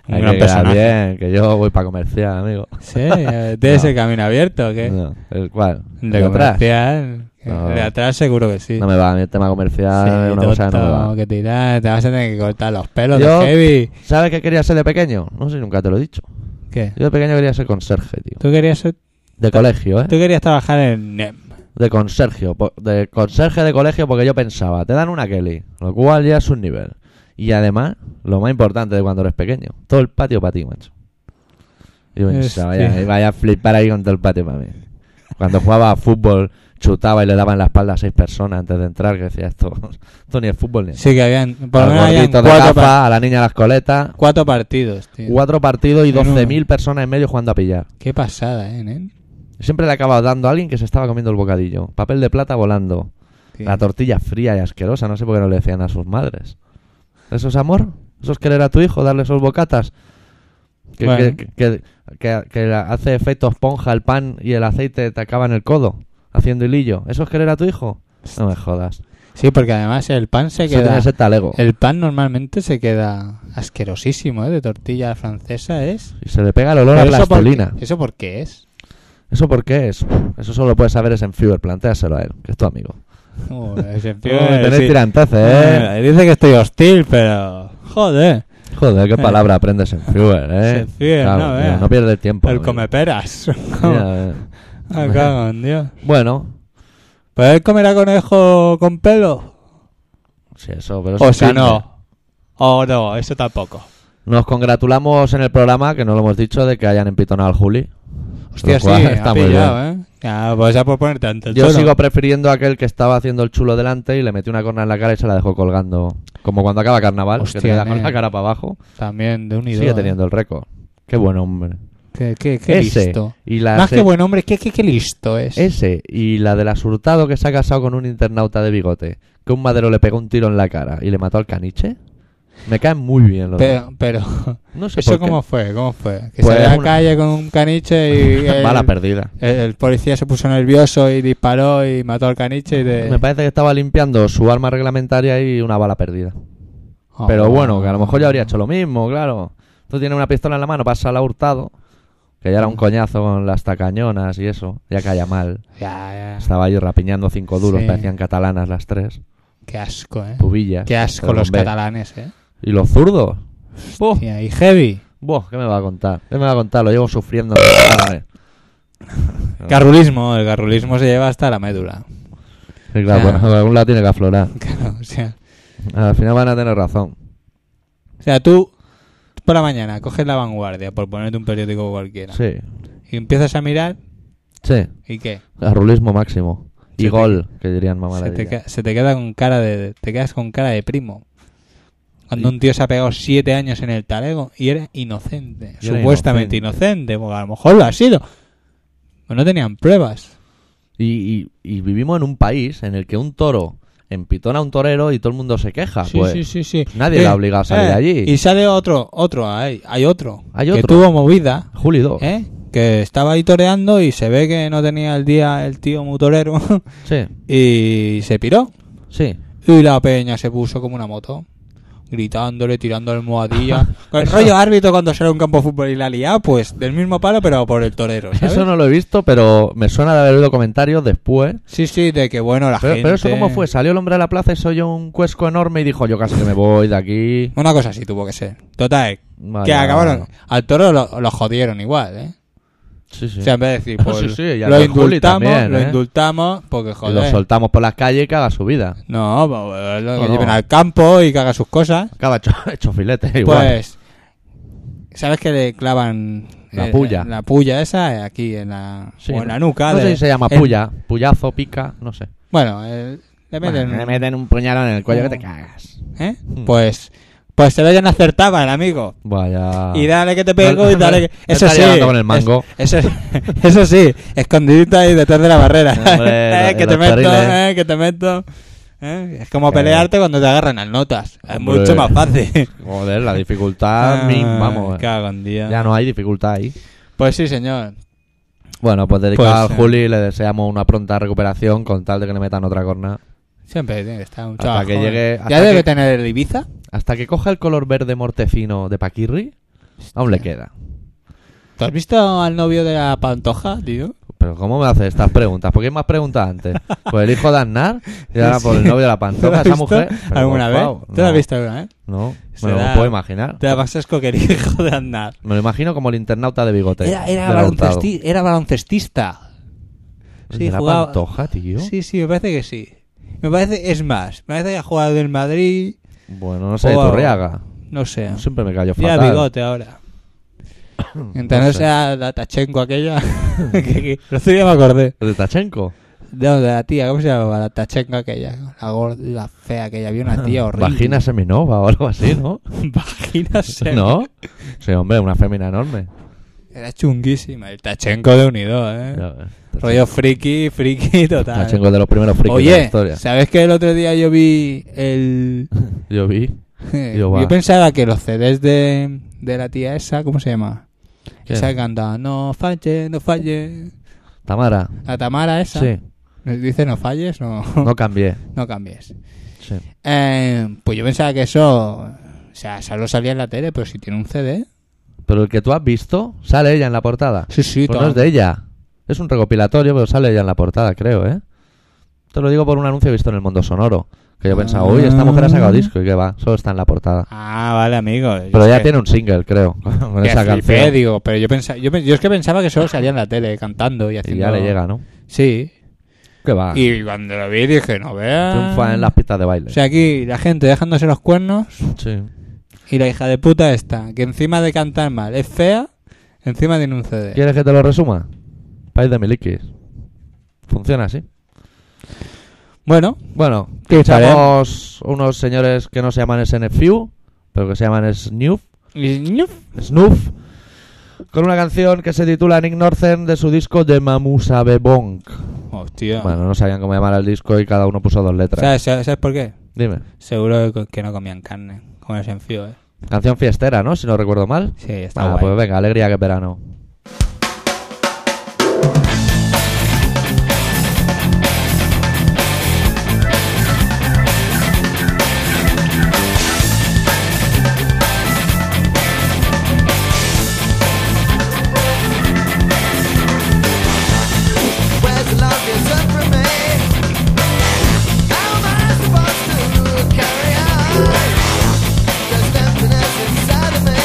Speaker 2: Un
Speaker 1: Hay
Speaker 2: gran
Speaker 1: que quedar
Speaker 2: personaje.
Speaker 1: bien, que yo voy para comercial, amigo.
Speaker 2: Sí, eh, tiene ese camino abierto, ¿o ¿qué?
Speaker 1: No, ¿El cual?
Speaker 2: De
Speaker 1: atrás?
Speaker 2: comercial.
Speaker 1: No.
Speaker 2: De atrás seguro que sí.
Speaker 1: No me va, a mí el tema comercial es
Speaker 2: Sí,
Speaker 1: una cosa que no me
Speaker 2: tonto,
Speaker 1: va.
Speaker 2: que te, irá- te vas a tener que cortar los pelos
Speaker 1: Yo-
Speaker 2: de heavy.
Speaker 1: ¿Sabes qué quería ser de pequeño? No sé si nunca te lo he dicho.
Speaker 2: ¿Qué?
Speaker 1: Yo de pequeño quería ser conserje, tío.
Speaker 2: ¿Tú querías, ser-
Speaker 1: De colegio, ¿eh?
Speaker 2: tú querías trabajar en NEM.
Speaker 1: De conserje, po- de conserje de colegio porque yo pensaba, te dan una Kelly, lo cual ya es un nivel. Y además, lo más importante de cuando eres pequeño, todo el patio para ti, macho. Y yo pensaba,
Speaker 2: Hostia.
Speaker 1: ya, iba a flipar ahí con todo el patio para mí. Cuando jugaba a fútbol, chutaba y le daba en la espalda a seis personas antes de entrar, que decía esto, esto ni es fútbol ni es.
Speaker 2: Sí, que habían. Por lo
Speaker 1: Al
Speaker 2: menos habían
Speaker 1: gordito de
Speaker 2: Pues cuatro,
Speaker 1: gafa,
Speaker 2: par-
Speaker 1: a la niña a las coletas,
Speaker 2: cuatro partidos, tío.
Speaker 1: cuatro partidos y
Speaker 2: En uno.
Speaker 1: 12.000 personas en medio jugando a pillar.
Speaker 2: Qué pasada, ¿eh, nen?
Speaker 1: Siempre le acababa dando a alguien que se estaba comiendo el bocadillo. Papel de plata volando.
Speaker 2: Tío.
Speaker 1: La tortilla fría y asquerosa, no sé por qué no le decían a sus madres. ¿Eso es amor? ¿Eso es querer a tu hijo, darle esos bocatas? Que,
Speaker 2: Bueno.
Speaker 1: que- que- que- que hace efecto esponja el pan y el aceite te acaba en el codo, haciendo hilillo. ¿Eso es querer a tu hijo? No me jodas.
Speaker 2: Sí, porque además el pan se
Speaker 1: Eso tiene
Speaker 2: queda.
Speaker 1: que ser talego.
Speaker 2: El pan normalmente se queda asquerosísimo, ¿eh? De tortilla francesa es.
Speaker 1: Y se le pega el olor a
Speaker 2: Pero eso por-
Speaker 1: plastilina.
Speaker 2: ¿Eso por qué es?
Speaker 1: ¿Eso por qué es? Eso solo lo puedes saber es en Fever. Plantéaselo a él, que es tu amigo.
Speaker 2: Joder, ese tío,
Speaker 1: Tiene Tener
Speaker 2: sí.
Speaker 1: tirantaces, ¿eh?
Speaker 2: Eh, Dice que estoy hostil, pero. Joder.
Speaker 1: Joder, qué palabra aprendes en Fever, ¿eh?
Speaker 2: En Fever, no,
Speaker 1: tío,
Speaker 2: vea.
Speaker 1: no pierdes el tiempo.
Speaker 2: El
Speaker 1: amigo.
Speaker 2: come peras.
Speaker 1: Ya, eh.
Speaker 2: Ah, cago en Dios.
Speaker 1: Bueno,
Speaker 2: ¿Pero él comerá conejo con pelo?
Speaker 1: Sí, eso, pero eso
Speaker 2: O
Speaker 1: es
Speaker 2: si
Speaker 1: carne.
Speaker 2: no. O no, eso tampoco.
Speaker 1: Nos congratulamos en el programa, que no lo hemos dicho, de que hayan empitonado al Juli.
Speaker 2: Hostia,
Speaker 1: Lo
Speaker 2: sí,
Speaker 1: cual
Speaker 2: está pillado, ¿eh. Ah, pues ya por ponerte ante el
Speaker 1: Yo
Speaker 2: toro.
Speaker 1: sigo prefiriendo a aquel que estaba haciendo el chulo delante y le metió una corna en la cara y se la dejó colgando. Como cuando acaba carnaval,
Speaker 2: Hostia, eh.
Speaker 1: que te da con
Speaker 2: nene.
Speaker 1: la cara para abajo.
Speaker 2: También de un
Speaker 1: Sigue teniendo el récord. Qué buen hombre.
Speaker 2: Qué, qué- qué
Speaker 1: Ese
Speaker 2: listo.
Speaker 1: Y la
Speaker 2: Más
Speaker 1: se-
Speaker 2: que buen hombre, qué, qué- qué listo es.
Speaker 1: Ese y la del asurtado que se ha casado con un internauta de bigote, que un madero le pegó un tiro en la cara y le mató al caniche. Me caen muy bien los dos.
Speaker 2: Pero, pero
Speaker 1: No sé
Speaker 2: ¿eso
Speaker 1: por qué.
Speaker 2: cómo fue? ¿Cómo fue? Que
Speaker 1: Pues
Speaker 2: se a la
Speaker 1: una-
Speaker 2: calle con un caniche y...
Speaker 1: Bala
Speaker 2: el,
Speaker 1: perdida.
Speaker 2: el- el policía se puso nervioso y disparó y mató al caniche y de...
Speaker 1: Me parece que estaba limpiando su arma reglamentaria y una bala perdida.
Speaker 2: Oh.
Speaker 1: Pero bueno, que a lo mejor yo habría hecho lo mismo, claro. Tú tienes una pistola en la mano, pasa la hurtado, que ya era un coñazo con las tacañonas y eso, ya caía mal.
Speaker 2: Ya, ya.
Speaker 1: Estaba yo rapiñando cinco duros,
Speaker 2: Sí.
Speaker 1: parecían catalanas las tres,
Speaker 2: Qué asco, ¿eh?
Speaker 1: pubillas.
Speaker 2: Qué asco
Speaker 1: pero Oh.
Speaker 2: los
Speaker 1: con B.
Speaker 2: catalanes, ¿eh?
Speaker 1: Y los zurdos.
Speaker 2: Tía, y heavy.
Speaker 1: Buah, ¿qué me va a contar? ¿Qué me va a contar? Lo llevo sufriendo.
Speaker 2: Garrulismo, el garrulismo se lleva hasta la médula.
Speaker 1: Sí, claro,
Speaker 2: Claro.
Speaker 1: bueno, de algún lado tiene que aflorar.
Speaker 2: Claro, o sea,
Speaker 1: Al final van a tener razón.
Speaker 2: o sea, tú por la mañana coges la vanguardia, por ponerte un periódico cualquiera,
Speaker 1: Sí,
Speaker 2: y empiezas a mirar,
Speaker 1: sí.
Speaker 2: ¿y qué?
Speaker 1: Garrulismo máximo. Y
Speaker 2: Se te-
Speaker 1: gol, que dirían mamá
Speaker 2: Se te, ca- se te queda con cara de, te quedas con cara de primo. Cuando un tío se ha pegado siete años en el talego y era inocente,
Speaker 1: Y era
Speaker 2: supuestamente inocente. porque a lo mejor lo ha sido, pero no tenían pruebas.
Speaker 1: Y, y- y vivimos en un país en el que un toro empitona a un torero y todo el mundo se queja.
Speaker 2: sí,
Speaker 1: pues
Speaker 2: sí, sí, sí.
Speaker 1: nadie
Speaker 2: Eh,
Speaker 1: la obliga a salir
Speaker 2: eh,
Speaker 1: allí.
Speaker 2: Y sale otro, otro, hay, hay otro,
Speaker 1: Hay
Speaker 2: que
Speaker 1: otro.
Speaker 2: tuvo movida,
Speaker 1: Juli dos.
Speaker 2: ¿eh? que estaba ahí toreando y se ve que no tenía el día el tío muy torero
Speaker 1: Sí,
Speaker 2: y se piró.
Speaker 1: sí.
Speaker 2: Y la peña se puso como una moto, gritándole, tirando almohadilla. Con el
Speaker 1: Eso-
Speaker 2: rollo árbitro cuando sale a un campo de fútbol y la lía, pues del mismo palo, pero por el torero. ¿sabes?
Speaker 1: Eso no lo he visto, pero me suena de haber oído comentarios después.
Speaker 2: Sí, sí, de que bueno, la
Speaker 1: Pero,
Speaker 2: gente.
Speaker 1: pero eso cómo fue, salió el hombre a la plaza y se oyó un cuesco enorme y dijo yo casi que me voy de aquí.
Speaker 2: Una cosa así tuvo que ser. Total, que
Speaker 1: Vaya.
Speaker 2: acabaron. Al toro lo, lo jodieron igual, ¿eh?
Speaker 1: Sí, sí. Ah,
Speaker 2: O sea, en vez de decir, pues,
Speaker 1: Sí, sí, y
Speaker 2: lo
Speaker 1: al Juli
Speaker 2: indultamos,
Speaker 1: también,
Speaker 2: lo
Speaker 1: ¿eh?
Speaker 2: indultamos, porque
Speaker 1: Y lo
Speaker 2: joder.
Speaker 1: soltamos por las calles y que haga su vida.
Speaker 2: no, pues, lo que
Speaker 1: No, no.
Speaker 2: lleven al campo y que haga sus cosas.
Speaker 1: Acaba hecho, hecho filete igual.
Speaker 2: Pues, ¿sabes que le clavan
Speaker 1: La puya.
Speaker 2: La puya esa eh, aquí en la,
Speaker 1: Sí,
Speaker 2: o en la nuca.
Speaker 1: No
Speaker 2: de-
Speaker 1: sé si se llama
Speaker 2: en-
Speaker 1: puya, puyazo, pica, no sé.
Speaker 2: Bueno, eh, le meten. Oh.
Speaker 1: Bueno, le meten un puñalón en el cuello que te cagas.
Speaker 2: ¿eh?
Speaker 1: Hmm.
Speaker 2: Pues, pues se lo hayan acertado al amigo.
Speaker 1: Vaya.
Speaker 2: Y dale que te pego y
Speaker 1: Ah. No,
Speaker 2: dale que.
Speaker 1: no
Speaker 2: Eso
Speaker 1: está
Speaker 2: sí.
Speaker 1: llegando con el mango.
Speaker 2: es- eso, eso sí, escondidito ahí detrás de la barrera.
Speaker 1: Hombre,
Speaker 2: Eh, que
Speaker 1: en
Speaker 2: te
Speaker 1: los
Speaker 2: meto,
Speaker 1: carriles.
Speaker 2: eh, que te meto. Eh, Es como
Speaker 1: Claro.
Speaker 2: pelearte cuando te agarran las notas. Es
Speaker 1: Hombre.
Speaker 2: mucho más fácil.
Speaker 1: Joder, la dificultad,
Speaker 2: Ah,
Speaker 1: min, vamos. eh.
Speaker 2: cago en día.
Speaker 1: Ya no hay dificultad ahí.
Speaker 2: Pues sí, señor.
Speaker 1: Bueno, pues dedicado
Speaker 2: Pues,
Speaker 1: al
Speaker 2: eh.
Speaker 1: Juli le deseamos una pronta recuperación con tal de que le metan otra corna.
Speaker 2: Siempre tiene que estar un
Speaker 1: Hasta
Speaker 2: chaval
Speaker 1: que
Speaker 2: joven.
Speaker 1: llegue-
Speaker 2: ¿Ya
Speaker 1: hasta
Speaker 2: debe
Speaker 1: que-
Speaker 2: tener el Ibiza?
Speaker 1: Hasta que coja el color verde mortecino de Paquirri, aún le queda.
Speaker 2: ¿Tú has visto al novio de la Pantoja, tío?
Speaker 1: Pero ¿cómo me haces estas preguntas? ¿Por qué me has preguntado antes? ¿Por el hijo de Aznar? Y ahora por el novio de la
Speaker 2: ¿Tú lo
Speaker 1: pantoja,
Speaker 2: has
Speaker 1: esa
Speaker 2: visto
Speaker 1: mujer. Pero,
Speaker 2: ¿Alguna
Speaker 1: por
Speaker 2: vez?
Speaker 1: favor,
Speaker 2: ¿Tú lo has
Speaker 1: no,
Speaker 2: visto alguna vez?
Speaker 1: No,
Speaker 2: Se
Speaker 1: me lo
Speaker 2: da-
Speaker 1: puedo imaginar.
Speaker 2: Te la pasas coquería, hijo de andar.
Speaker 1: Me lo imagino como el internauta de bigote.
Speaker 2: Era, era,
Speaker 1: de la Hurtado.
Speaker 2: baloncesti- era baloncestista.
Speaker 1: El
Speaker 2: Sí,
Speaker 1: de la
Speaker 2: jugaba-
Speaker 1: pantoja, tío.
Speaker 2: Sí, sí, me parece que sí. Me parece, es más, me parece que ha jugado en Madrid,
Speaker 1: Bueno, no sé,
Speaker 2: Jugaba-
Speaker 1: Turriaga.
Speaker 2: no sé.
Speaker 1: Siempre me cayó
Speaker 2: Ya
Speaker 1: fatal.
Speaker 2: bigote ahora. Mientras no,
Speaker 1: No sé.
Speaker 2: sea la Tachenko aquella. que, que, el otro día me acordé.
Speaker 1: ¿De Tachenko?
Speaker 2: No, de la tía, ¿cómo se llamaba? La Tachenko aquella. La gorda, la fea aquella. Había una tía Ah, horrible.
Speaker 1: Vagina seminova o algo así, ¿no?
Speaker 2: Vagina se-
Speaker 1: ¿No? Sí, hombre, una fémina enorme.
Speaker 2: Era chunguísima. El Tachenko de unido, ¿eh?
Speaker 1: Ya ves.
Speaker 2: Rollo friki, friki total.
Speaker 1: Tachenko es de los primeros frikis de la
Speaker 2: Oye,
Speaker 1: historia.
Speaker 2: ¿sabes que el otro día yo vi el...
Speaker 1: Yo vi. Yo
Speaker 2: yo
Speaker 1: va.
Speaker 2: pensaba que los CDs de, de la tía esa, ¿cómo se llama?
Speaker 1: ¿Qué?
Speaker 2: Esa que canta, no falle, no falle.
Speaker 1: Tamara.
Speaker 2: La Tamara esa.
Speaker 1: Sí,
Speaker 2: Nos Dice, no falles, no, no.
Speaker 1: no cambié.
Speaker 2: cambies.
Speaker 1: Sí.
Speaker 2: Eh, pues yo pensaba que eso... O sea, solo salía en la tele, pero si tiene un CD...
Speaker 1: Pero el que tú has visto, sale ella en la portada.
Speaker 2: Sí, sí,
Speaker 1: Pues
Speaker 2: todo.
Speaker 1: no es de ella. Es un recopilatorio, pero sale ella en la portada, creo, ¿eh? Te lo digo por un anuncio visto en el mundo sonoro. Que yo pensaba, uy, esta mujer ha sacado disco y que va, solo está en la portada.
Speaker 2: Ah, vale, amigo.
Speaker 1: Pero ya tiene un single, creo, con
Speaker 2: Que
Speaker 1: esa
Speaker 2: flipé,
Speaker 1: canción.
Speaker 2: digo, pero yo pensaba, yo, pe- yo es que pensaba que solo salía en la tele cantando y
Speaker 1: Y
Speaker 2: haciendo...
Speaker 1: ya le llega, ¿no?
Speaker 2: Sí.
Speaker 1: Que va.
Speaker 2: Y cuando lo vi dije, no veas...
Speaker 1: Triunfa en las pistas de baile.
Speaker 2: O sea, aquí la gente dejándose los cuernos
Speaker 1: Sí.
Speaker 2: y la hija de puta esta, que encima de cantar mal es fea, encima tiene un CD.
Speaker 1: ¿Quieres que te lo resuma? País de Milikis. Funciona así.
Speaker 2: Bueno,
Speaker 1: Bueno,
Speaker 2: ¿Qué tal, eh?
Speaker 1: escuchamos unos señores que no se llaman SNFU, pero que se llaman Snoop,
Speaker 2: y ñuf.
Speaker 1: Snoof, con una canción que se titula Nick Northern de su disco de Mamusa Bebonk.
Speaker 2: Hostia.
Speaker 1: Bueno, no sabían cómo llamar el disco y cada uno puso dos letras.
Speaker 2: ¿Sabes, sabes- sabes por qué?
Speaker 1: Dime.
Speaker 2: Seguro que- que no comían carne, como les enfío, eh.
Speaker 1: Canción fiestera, ¿no? Si no recuerdo mal.
Speaker 2: Sí, está
Speaker 1: Ah,
Speaker 2: guay.
Speaker 1: pues venga, alegría que es verano.
Speaker 4: Where's the love you took from me? How am I supposed to carry on? There's emptiness inside of me.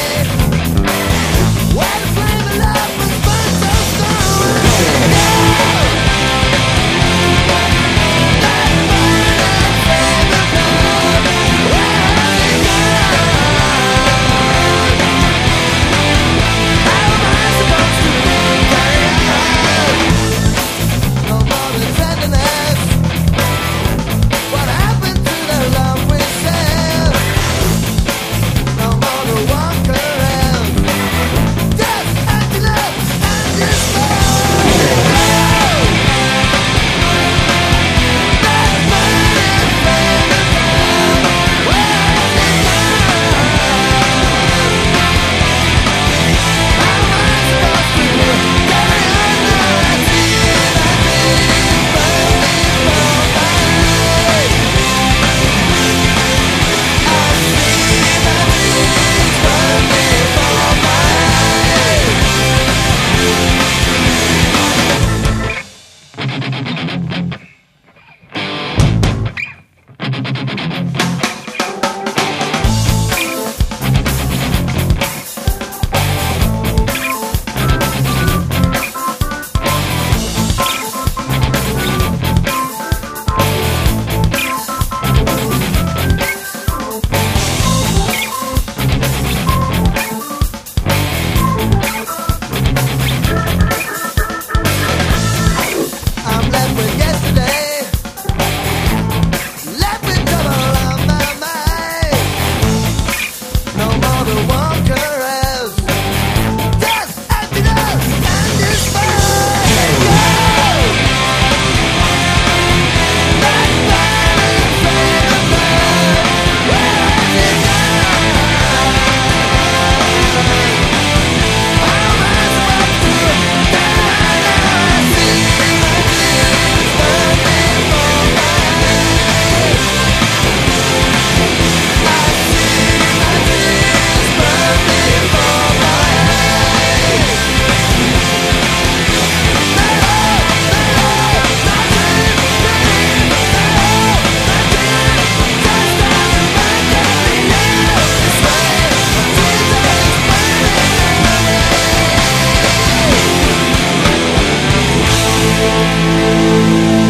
Speaker 1: pues,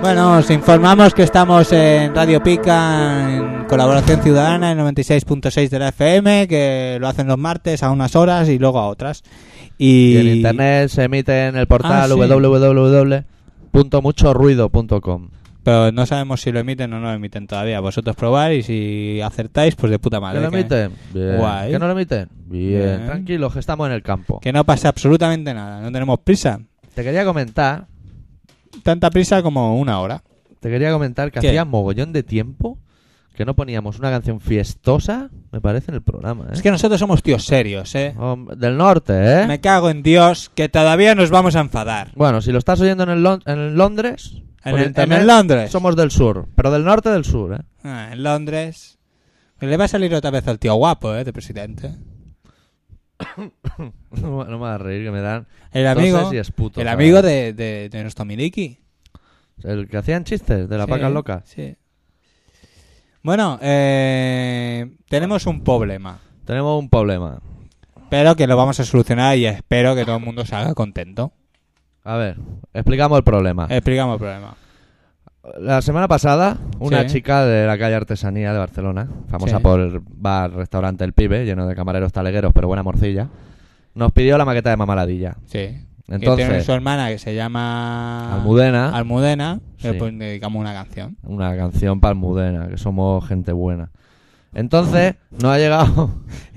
Speaker 2: Bueno, os informamos que estamos en Radio Pica, en colaboración ciudadana, en 96.6 de la FM, que lo hacen los martes a unas horas y luego a otras. Y,
Speaker 1: Y en internet se emite en el
Speaker 2: Ah,
Speaker 1: portal
Speaker 2: sí.
Speaker 1: www.muchorruido.com.
Speaker 2: Pero no sabemos si lo emiten o no lo emiten todavía. Vosotros probar y si acertáis, pues de puta
Speaker 1: ¿Que
Speaker 2: madre.
Speaker 1: lo
Speaker 2: que-
Speaker 1: emiten? Bien.
Speaker 2: Guay.
Speaker 1: ¿Que no lo emiten? Bien.
Speaker 2: Bien.
Speaker 1: Tranquilos, que estamos en el campo.
Speaker 2: que no pasa absolutamente nada, no tenemos prisa.
Speaker 1: Te quería comentar,
Speaker 2: Tanta prisa como una hora.
Speaker 1: te quería comentar que
Speaker 2: ¿Qué?
Speaker 1: hacía mogollón de tiempo que no poníamos una canción fiestosa, me parece, en el programa. ¿eh?
Speaker 2: Es que nosotros somos tíos serios, ¿eh?
Speaker 1: Hom- Del norte, ¿eh?
Speaker 2: Me cago en Dios, que todavía nos vamos a enfadar.
Speaker 1: Bueno, si lo estás oyendo en, el Lon- en Londres...
Speaker 2: En
Speaker 1: por
Speaker 2: el- en
Speaker 1: internet,
Speaker 2: el Londres.
Speaker 1: Somos del sur, pero del norte del sur, ¿eh?
Speaker 2: Ah, en Londres. Le va a salir otra vez al tío guapo, ¿eh? De presidente.
Speaker 1: no me va a reír, que me dan...
Speaker 2: El amigo.
Speaker 1: toses y esputos,
Speaker 2: el
Speaker 1: la
Speaker 2: amigo
Speaker 1: verdad.
Speaker 2: de, de, de nuestro Miliki.
Speaker 1: El que hacían chistes de las
Speaker 2: Sí,
Speaker 1: vacas locas.
Speaker 2: Sí. Bueno, eh, tenemos un problema.
Speaker 1: Tenemos un problema.
Speaker 2: Pero que lo vamos a solucionar y espero que todo el mundo salga contento.
Speaker 1: A ver, explicamos el problema.
Speaker 2: Explicamos el problema.
Speaker 1: La semana pasada, una
Speaker 2: Sí.
Speaker 1: chica de la calle Artesanía de Barcelona, famosa
Speaker 2: Sí.
Speaker 1: por el bar, restaurante El Pibe, lleno de camareros talegueros, pero buena morcilla, nos pidió la maqueta de Mamaladilla.
Speaker 2: Sí. que tiene
Speaker 1: Entonces,
Speaker 2: su hermana que se llama
Speaker 1: Almudena.
Speaker 2: Almudena.
Speaker 1: Sí.
Speaker 2: Le pon- dedicamos una canción.
Speaker 1: una canción palmudena, que somos gente buena. Entonces, nos ha llegado...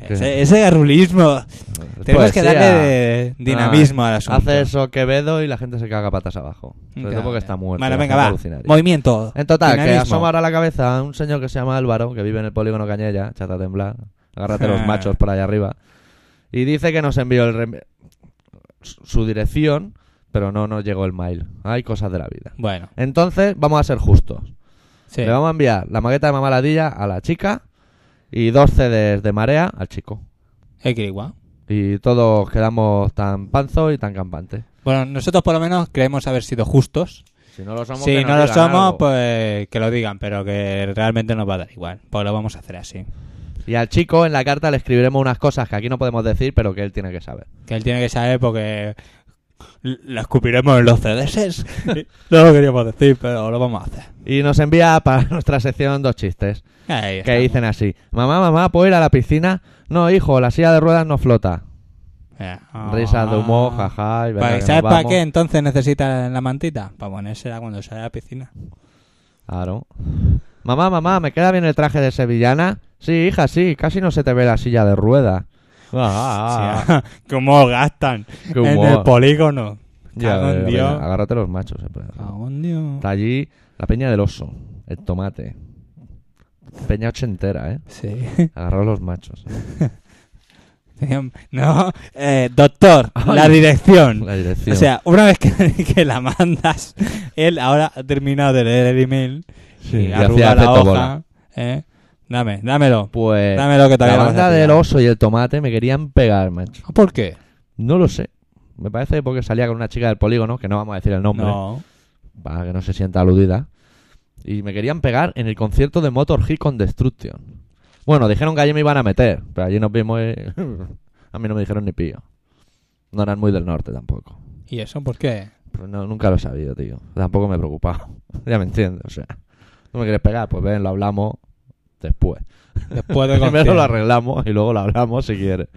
Speaker 1: que-
Speaker 2: Ese, ese garrulismo. Tenemos que
Speaker 1: Pues Poesía. Ah,
Speaker 2: darle de- dinamismo al asunto.
Speaker 1: Hace eso Quevedo y la gente se caga patas abajo. Sobre todo
Speaker 2: Claro.
Speaker 1: porque está Eh. muerto.
Speaker 2: Bueno,
Speaker 1: la
Speaker 2: venga,
Speaker 1: gente
Speaker 2: va.
Speaker 1: alucinaría.
Speaker 2: Movimiento.
Speaker 1: En total, que
Speaker 2: Dinamismo.
Speaker 1: asomará la cabeza a un señor que se llama Álvaro, que vive en el polígono Cañella, chata temblar, agárrate los machos por allá arriba, y dice que nos envió el rem- su su dirección, pero no nos llegó el mail. Hay cosas de la vida.
Speaker 2: Bueno,
Speaker 1: Entonces, vamos a ser justos.
Speaker 2: sí.
Speaker 1: Le vamos a enviar la maqueta de mamaladilla a la chica y dos CDs de marea al chico.
Speaker 2: Equirigua.
Speaker 1: Y todos quedamos tan panzos y tan campantes.
Speaker 2: Bueno, nosotros por lo menos creemos haber sido justos.
Speaker 1: Si no lo somos,
Speaker 2: si
Speaker 1: que
Speaker 2: no
Speaker 1: nos
Speaker 2: lo
Speaker 1: digan
Speaker 2: somos,
Speaker 1: algo.
Speaker 2: pues que lo digan, pero que realmente nos va a dar igual. Pues lo vamos a hacer así.
Speaker 1: Y al chico en la carta le escribiremos unas cosas que aquí no podemos decir, pero que él tiene que saber.
Speaker 2: Que él tiene que saber porque lo escupiremos en los CDS. no lo queríamos decir, pero lo vamos a hacer.
Speaker 1: Y nos envía para nuestra sección dos chistes
Speaker 2: Ahí
Speaker 1: que
Speaker 2: está.
Speaker 1: dicen así: Mamá, mamá, ¿puedo ir a la piscina? No, hijo, la silla de ruedas no flota.
Speaker 2: Eh,
Speaker 1: Ah. Risa de humor, jaja. Y verdad que
Speaker 2: Pa- Ah. Pues, ¿Sabes
Speaker 1: nos
Speaker 2: para
Speaker 1: vamos.
Speaker 2: qué entonces necesita la mantita? Para ponérsela cuando sale a la piscina.
Speaker 1: Claro. Mamá, mamá, ¿me queda bien el traje de sevillana? Sí, hija, sí, casi no se te ve la silla de ruedas. Ah, ah, ah.
Speaker 2: Sí, ¿Cómo gastan?
Speaker 1: Qué
Speaker 2: en
Speaker 1: humor.
Speaker 2: el polígono.
Speaker 1: Ya,
Speaker 2: Cago en
Speaker 1: ya, ya,
Speaker 2: Dios. Ah.
Speaker 1: Agárrate los machos. eh, pedazo.
Speaker 2: Cagón, Dios.
Speaker 1: Está allí la peña del oso, el tomate. Peña ochentera, ¿eh?
Speaker 2: Sí.
Speaker 1: Agarró los machos. eh,
Speaker 2: No, eh, doctor, la dirección.
Speaker 1: La dirección.
Speaker 2: O sea, una vez que, que la mandas, él ahora ha terminado de leer el email
Speaker 1: Sí,
Speaker 2: y
Speaker 1: y
Speaker 2: arruga
Speaker 1: hacía
Speaker 2: la
Speaker 1: efecto
Speaker 2: hoja.
Speaker 1: bola.
Speaker 2: ¿eh? Dame, dámelo.
Speaker 1: pues
Speaker 2: Dámelo que todavía
Speaker 1: la
Speaker 2: lo vas a
Speaker 1: banda
Speaker 2: pillar.
Speaker 1: del oso y el tomate me querían pegar, macho.
Speaker 2: ¿Por qué?
Speaker 1: No lo sé. Me parece porque salía con una chica del polígono, que no vamos a decir el nombre,
Speaker 2: No.
Speaker 1: para que no se sienta aludida. Y me querían pegar en el concierto de Motorhead con Destruction. Bueno, dijeron que allí me iban a meter, pero allí nos vimos... y- a mí no me dijeron ni pío. No eran muy del norte tampoco.
Speaker 2: ¿Y eso por qué?
Speaker 1: Pues no, nunca lo he sabido, tío. Tampoco me he preocupado. ya me entiendes, o sea. No me quieres pegar, pues ven, lo hablamos después.
Speaker 2: Después de
Speaker 1: Primero lo
Speaker 2: concierto.
Speaker 1: arreglamos y luego lo hablamos si quieres.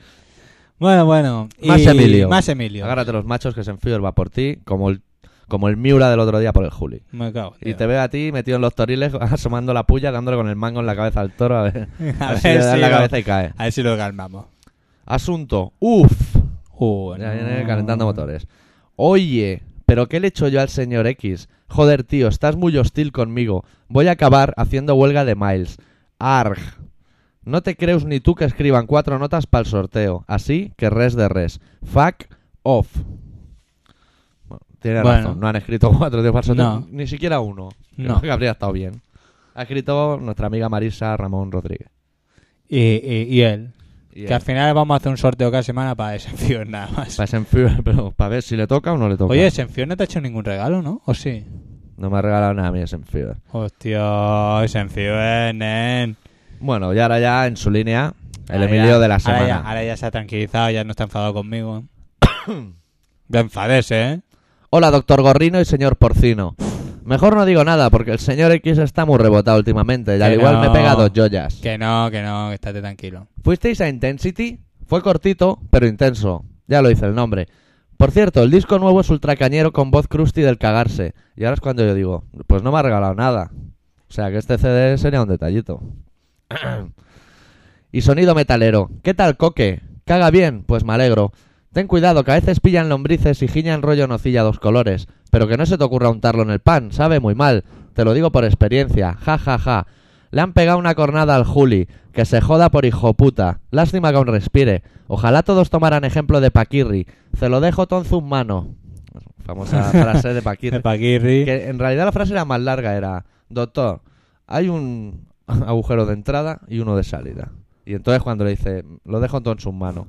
Speaker 2: Bueno, bueno. y-
Speaker 1: Más Emilio.
Speaker 2: Más Emilio.
Speaker 1: Agárrate los machos que se enfiel va por ti, como el, como el Miura del otro día por el Juli.
Speaker 2: Me cago.
Speaker 1: Y
Speaker 2: tío.
Speaker 1: te veo a ti metido en los toriles, asomando la puya, dándole con el mango en la cabeza al toro, a ver,
Speaker 2: A
Speaker 1: a ver
Speaker 2: ver
Speaker 1: si le das
Speaker 2: si
Speaker 1: la
Speaker 2: lo-
Speaker 1: cabeza y cae.
Speaker 2: A ver si lo calmamos.
Speaker 1: Asunto, uff,
Speaker 2: Uh,
Speaker 1: ya
Speaker 2: no.
Speaker 1: viene calentando motores. Oye, ¿pero qué le he hecho yo al señor X? Joder, tío, estás muy hostil conmigo. Voy a acabar haciendo huelga de Miles. Arg. No te crees ni tú que escriban cuatro notas para el sorteo. Así que res de res. Fuck off. Bueno, tiene
Speaker 2: Bueno.
Speaker 1: razón, no han escrito cuatro tíos para el sorteo.
Speaker 2: No.
Speaker 1: Ni siquiera uno.
Speaker 2: No.
Speaker 1: Creo que habría estado bien. Ha escrito nuestra amiga Marisa Ramón Rodríguez.
Speaker 2: Y, y, y él.
Speaker 1: Y
Speaker 2: Que
Speaker 1: él,
Speaker 2: al final vamos a hacer un sorteo cada semana para desafíos nada más.
Speaker 1: para Senfibre, pero para ver si le toca o no le toca.
Speaker 2: Oye, Senfío no te ha hecho ningún regalo, ¿no? ¿O sí?
Speaker 1: no me ha regalado nada a mí ese Senfibre.
Speaker 2: Hostia, Senfío, eh, nen.
Speaker 1: Bueno, y ahora ya en su línea, el
Speaker 2: Ahora
Speaker 1: Emilio
Speaker 2: ya-
Speaker 1: de la
Speaker 2: Ahora ya,
Speaker 1: semana.
Speaker 2: ahora ya se ha tranquilizado, ya no está enfadado conmigo. ya enfades, ¿eh?
Speaker 1: Hola, doctor Gorrino y señor Porcino. Mejor no digo nada porque el señor X está muy rebotado últimamente y al
Speaker 2: Que
Speaker 1: igual me
Speaker 2: no.
Speaker 1: pega dos joyas.
Speaker 2: Que no, que no, que estate tranquilo.
Speaker 1: ¿Fuisteis a Intensity? Fue cortito, pero intenso. Ya lo dice el nombre. Por cierto, el disco nuevo es ultracañero con voz crusty del cagarse. Y ahora es cuando yo digo, pues no me ha regalado nada. O sea que este CD sería un detallito. y sonido metalero. ¿Qué tal, Coque? ¿Caga bien? Pues me alegro. Ten cuidado, que a veces pillan lombrices y giñan rollo nocilla dos colores. Pero que no se te ocurra untarlo en el pan, sabe muy mal. Te lo digo por experiencia. Ja, ja, ja. Le han pegado una cornada al Juli, que se joda por hijo puta. Lástima que aún respire. Ojalá todos tomaran ejemplo de Paquirri. Se lo dejo tonzo en mano. Famosa frase de Paquirri.
Speaker 2: De Paquirri.
Speaker 1: Que en realidad la frase era más larga, era, doctor, hay un agujero de entrada y uno de salida. Y entonces cuando le dice, lo dejo todo en sus manos.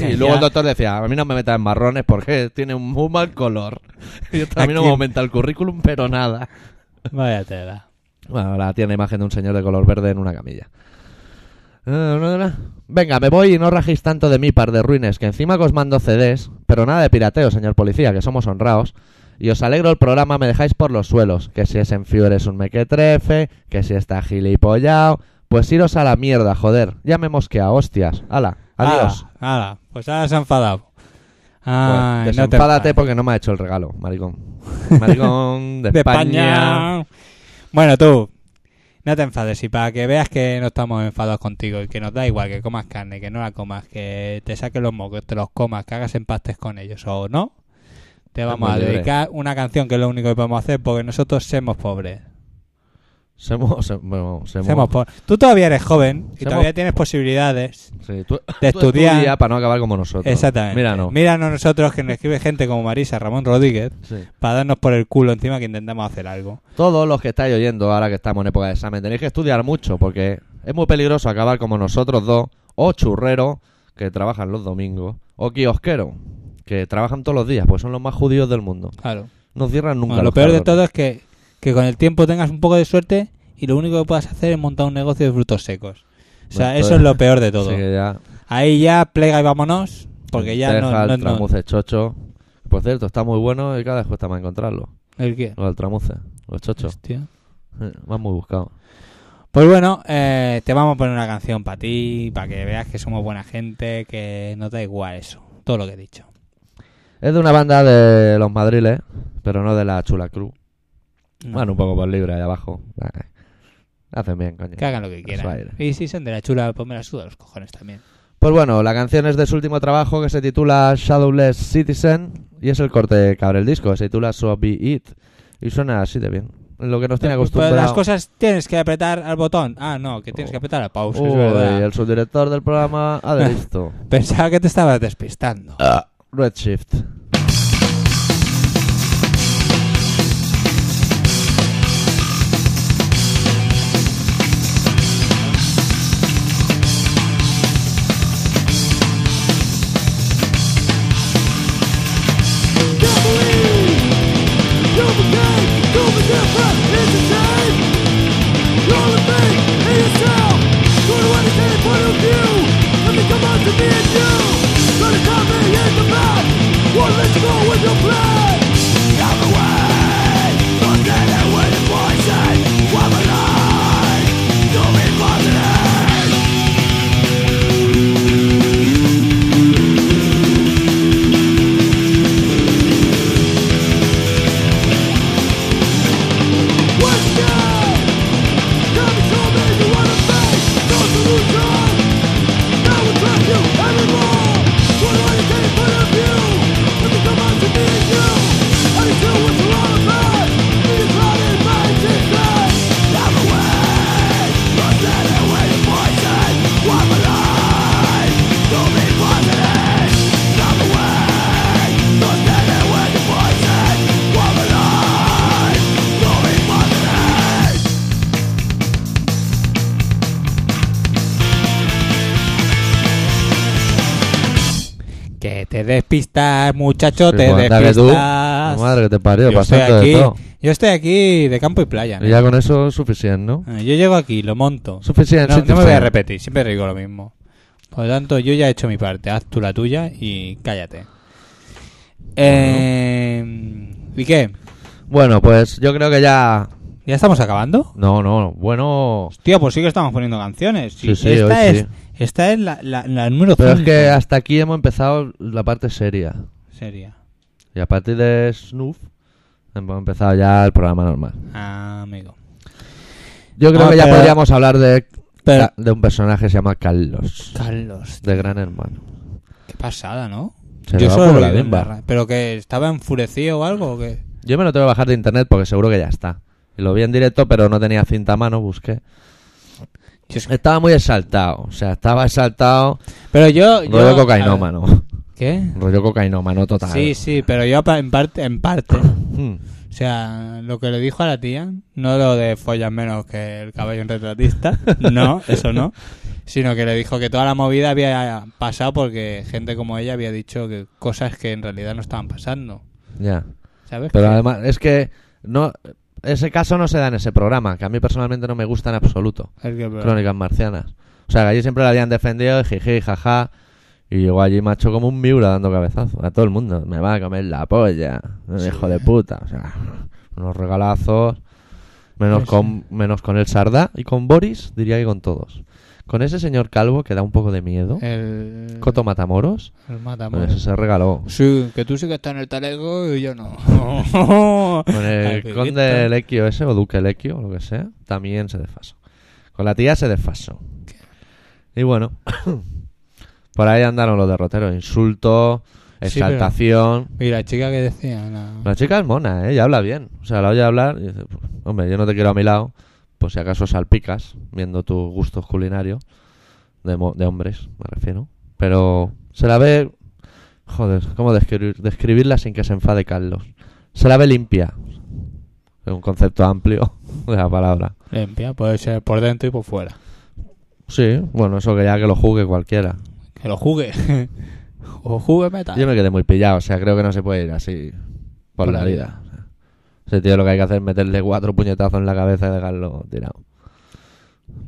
Speaker 1: Y luego el doctor decía, a mí no me metas en marrones porque tiene un muy mal color. Y esto a mí no me
Speaker 2: Aquí-
Speaker 1: aumenta el currículum, pero nada.
Speaker 2: Vaya tela.
Speaker 1: Bueno, ahora tiene imagen de un señor de color verde en una camilla. Eh, Venga, me voy y no rajéis tanto de mí, par de ruines, que encima que os mando CDs, pero nada de pirateo, señor policía, que somos honrados. Y os alegro el programa, me dejáis por los suelos, que si es en Fior es un mequetrefe, que si está gilipollao, pues iros a la mierda, joder, ya me he mosqueado, hostias, ala, adiós.
Speaker 2: Ala, ala. Pues ahora se ha enfadado.
Speaker 1: Bueno,
Speaker 2: Ah, no te
Speaker 1: desenfádate
Speaker 2: enfades.
Speaker 1: porque no me ha hecho el regalo, maricón. Maricón de,
Speaker 2: de
Speaker 1: España.
Speaker 2: España. Bueno, tú, no te enfades y para que veas que no estamos enfadados contigo y que nos da igual que comas carne, que no la comas, que te saques los mocos, te los comas, que hagas empastes con ellos o no, te vamos a
Speaker 1: muy libre.
Speaker 2: dedicar una canción que es lo único que podemos hacer porque nosotros somos pobres.
Speaker 1: Semo- se- bueno, semo-
Speaker 2: Somos pobres. Tú todavía eres joven y
Speaker 1: Somos-
Speaker 2: todavía tienes posibilidades.
Speaker 1: Sí, tú,
Speaker 2: De
Speaker 1: tú
Speaker 2: estudiar.
Speaker 1: estudia para no acabar como nosotros.
Speaker 2: Exactamente.
Speaker 1: Mira, no.
Speaker 2: Míranos nosotros que nos escribe gente como Marisa, Ramón Rodríguez,
Speaker 1: Sí.
Speaker 2: para darnos por el culo encima que intentamos hacer algo.
Speaker 1: Todos los que estáis oyendo ahora que estamos en época de examen, tenéis que estudiar mucho porque es muy peligroso acabar como nosotros dos, o churreros, que trabajan los domingos, o kiosqueros, que trabajan todos los días, pues son los más judíos del mundo.
Speaker 2: Claro.
Speaker 1: No cierran nunca.
Speaker 2: Bueno, lo
Speaker 1: los
Speaker 2: peor de
Speaker 1: cabrones.
Speaker 2: todo es que, que con el tiempo tengas un poco de suerte y lo único que puedas hacer es montar un negocio de frutos secos. O sea,
Speaker 1: Bueno, pues,
Speaker 2: eso
Speaker 1: todo-
Speaker 2: es lo peor de todo.
Speaker 1: Así que ya,
Speaker 2: Ahí ya plega y vámonos, porque ya no,
Speaker 1: Teja,
Speaker 2: no-
Speaker 1: el
Speaker 2: no-
Speaker 1: tramuce chocho. Por cierto, está muy bueno y cada vez cuesta más encontrarlo.
Speaker 2: ¿El qué?
Speaker 1: Lo del tramuce, los chochos.
Speaker 2: Hostia.
Speaker 1: Eh, Van muy buscados.
Speaker 2: Pues bueno, eh, te vamos a poner una canción para ti, para que veas que somos buena gente, que no te da igual eso, todo lo que he dicho.
Speaker 1: Es de una banda de los madriles, pero no de la Chula Cruz.
Speaker 2: No.
Speaker 1: Bueno, pues, un poco por libre ahí abajo. Eh, Hacen bien, coño.
Speaker 2: que hagan lo que
Speaker 1: Eso
Speaker 2: quieran.
Speaker 1: aire.
Speaker 2: Y si son de la chula, pues me la suda los cojones también.
Speaker 1: Pues bueno, la canción es de su último trabajo que se titula Shadowless Citizen y es el corte que abre el disco, que se titula So Be It y suena así de bien. Lo que nos tiene
Speaker 2: Pues las
Speaker 1: acostumbrados.
Speaker 2: cosas tienes que apretar al botón. Ah, no, que tienes que apretar a pausa. pues, es
Speaker 1: Oh. Uy,
Speaker 2: verdad.
Speaker 1: el subdirector del programa ha de listo.
Speaker 2: Pensaba que te estabas despistando.
Speaker 1: Ah. Redshift.
Speaker 2: Que te despistas, muchacho,
Speaker 1: Sí,
Speaker 2: te
Speaker 1: pues, anda que tú.
Speaker 2: despistas.
Speaker 1: Madre que te parió,
Speaker 2: yo, estoy
Speaker 1: pasando de
Speaker 2: aquí,
Speaker 1: todo.
Speaker 2: yo estoy aquí de campo y playa.
Speaker 1: Y
Speaker 2: ¿no?
Speaker 1: ya con eso es suficiente, ¿no?
Speaker 2: Eh, Yo llego aquí, lo monto.
Speaker 1: Suficiente.
Speaker 2: No, no me voy a
Speaker 1: Citizen.
Speaker 2: repetir, siempre digo lo mismo. Por lo tanto, yo ya he hecho mi parte. Haz tú la tuya y cállate. Eh, ¿Y qué?
Speaker 1: Bueno, pues yo creo que ya.
Speaker 2: ¿Ya estamos acabando?
Speaker 1: No, no, bueno.
Speaker 2: Tío, pues sí que estamos poniendo canciones.
Speaker 1: Sí, sí,
Speaker 2: esta,
Speaker 1: hoy
Speaker 2: es,
Speaker 1: sí.
Speaker 2: esta es la, la- la número
Speaker 1: Pero es
Speaker 2: cinco.
Speaker 1: que hasta aquí hemos empezado la parte seria.
Speaker 2: Sería.
Speaker 1: Y a partir de Snoof hemos empezado ya el programa normal.
Speaker 2: Ah, amigo.
Speaker 1: Yo creo
Speaker 2: Ah,
Speaker 1: que ya
Speaker 2: pero-
Speaker 1: podríamos hablar de,
Speaker 2: pero-
Speaker 1: de un personaje que se llama Carlos,
Speaker 2: Carlos,
Speaker 1: de Gran Hermano.
Speaker 2: qué pasada, ¿no?
Speaker 1: Se le va
Speaker 2: solo
Speaker 1: por
Speaker 2: lo
Speaker 1: la
Speaker 2: he oído en
Speaker 1: bimba.
Speaker 2: la ra- Pero que estaba enfurecido o algo, ¿o qué?
Speaker 1: Yo me lo tengo que bajar de internet porque seguro que ya está. Y lo vi en directo, pero no tenía cinta a mano, busqué.
Speaker 2: Yo es-
Speaker 1: Estaba muy exaltado, o sea, estaba exaltado.
Speaker 2: Pero yo... yo
Speaker 1: Rollo
Speaker 2: a
Speaker 1: cocainómano.
Speaker 2: ver, ¿Qué?
Speaker 1: Rollo cocainómano total.
Speaker 2: Sí, sí, pero yo pa- en parte, en parte.
Speaker 1: Mm.
Speaker 2: O sea, lo que le dijo a la tía, no lo de follas menos que el caballo en retratista, no, eso no, sino que le dijo que toda la movida había pasado porque gente como ella había dicho que cosas que en realidad no estaban pasando,
Speaker 1: Ya.
Speaker 2: ¿sabes?
Speaker 1: Pero
Speaker 2: Que-
Speaker 1: además, es que no ese caso no se da en ese programa, que a mí personalmente no me gusta en absoluto.
Speaker 2: es que- pero-
Speaker 1: Crónicas marcianas. O sea, que allí siempre la habían defendido, jiji, jaja. Y llegó allí macho como un miura dando cabezazo a todo el mundo. Me va a comer la polla, hijo de puta. O sea, unos regalazos. Menos
Speaker 2: Sí,
Speaker 1: con, menos con el Sardá y con Boris, diría que con todos. Con ese señor calvo que da un poco de miedo,
Speaker 2: el,
Speaker 1: Coto Matamoros, con
Speaker 2: el Eh, matamoros.
Speaker 1: ese se regaló.
Speaker 2: Sí, que tú sí que estás en el talego y yo no.
Speaker 1: Con el
Speaker 2: Ay,
Speaker 1: conde Lequio ese o duque Lequio, lo que sea, también se desfasó. Con la tía se desfasó. Y bueno, por ahí andaron los derroteros. Insulto,
Speaker 2: Sí, pero-
Speaker 1: exaltación.
Speaker 2: Y la chica que decía, la-
Speaker 1: La chica es mona, ¿eh? Y habla bien. O sea, la oye hablar y dice, "Pues, hombre, yo no te quiero a mi lado. Pues si acaso salpicas, viendo tus gustos culinarios. De, mo- de hombres, me refiero. Pero se la ve... Joder, ¿cómo describir- describirla sin que se enfade Carlos? Se la ve limpia. Es un concepto amplio de la palabra.
Speaker 2: limpia, puede ser por dentro y por fuera.
Speaker 1: Sí, bueno, eso que ya que lo juzgue cualquiera.
Speaker 2: Que lo jugue. o jugue metal.
Speaker 1: Yo me quedé muy pillado, o sea, creo que no se puede ir así por,
Speaker 2: Ah. Por
Speaker 1: la
Speaker 2: la
Speaker 1: vida. O sea, Ese tío lo que hay que hacer es meterle cuatro puñetazos en la cabeza y dejarlo tirado.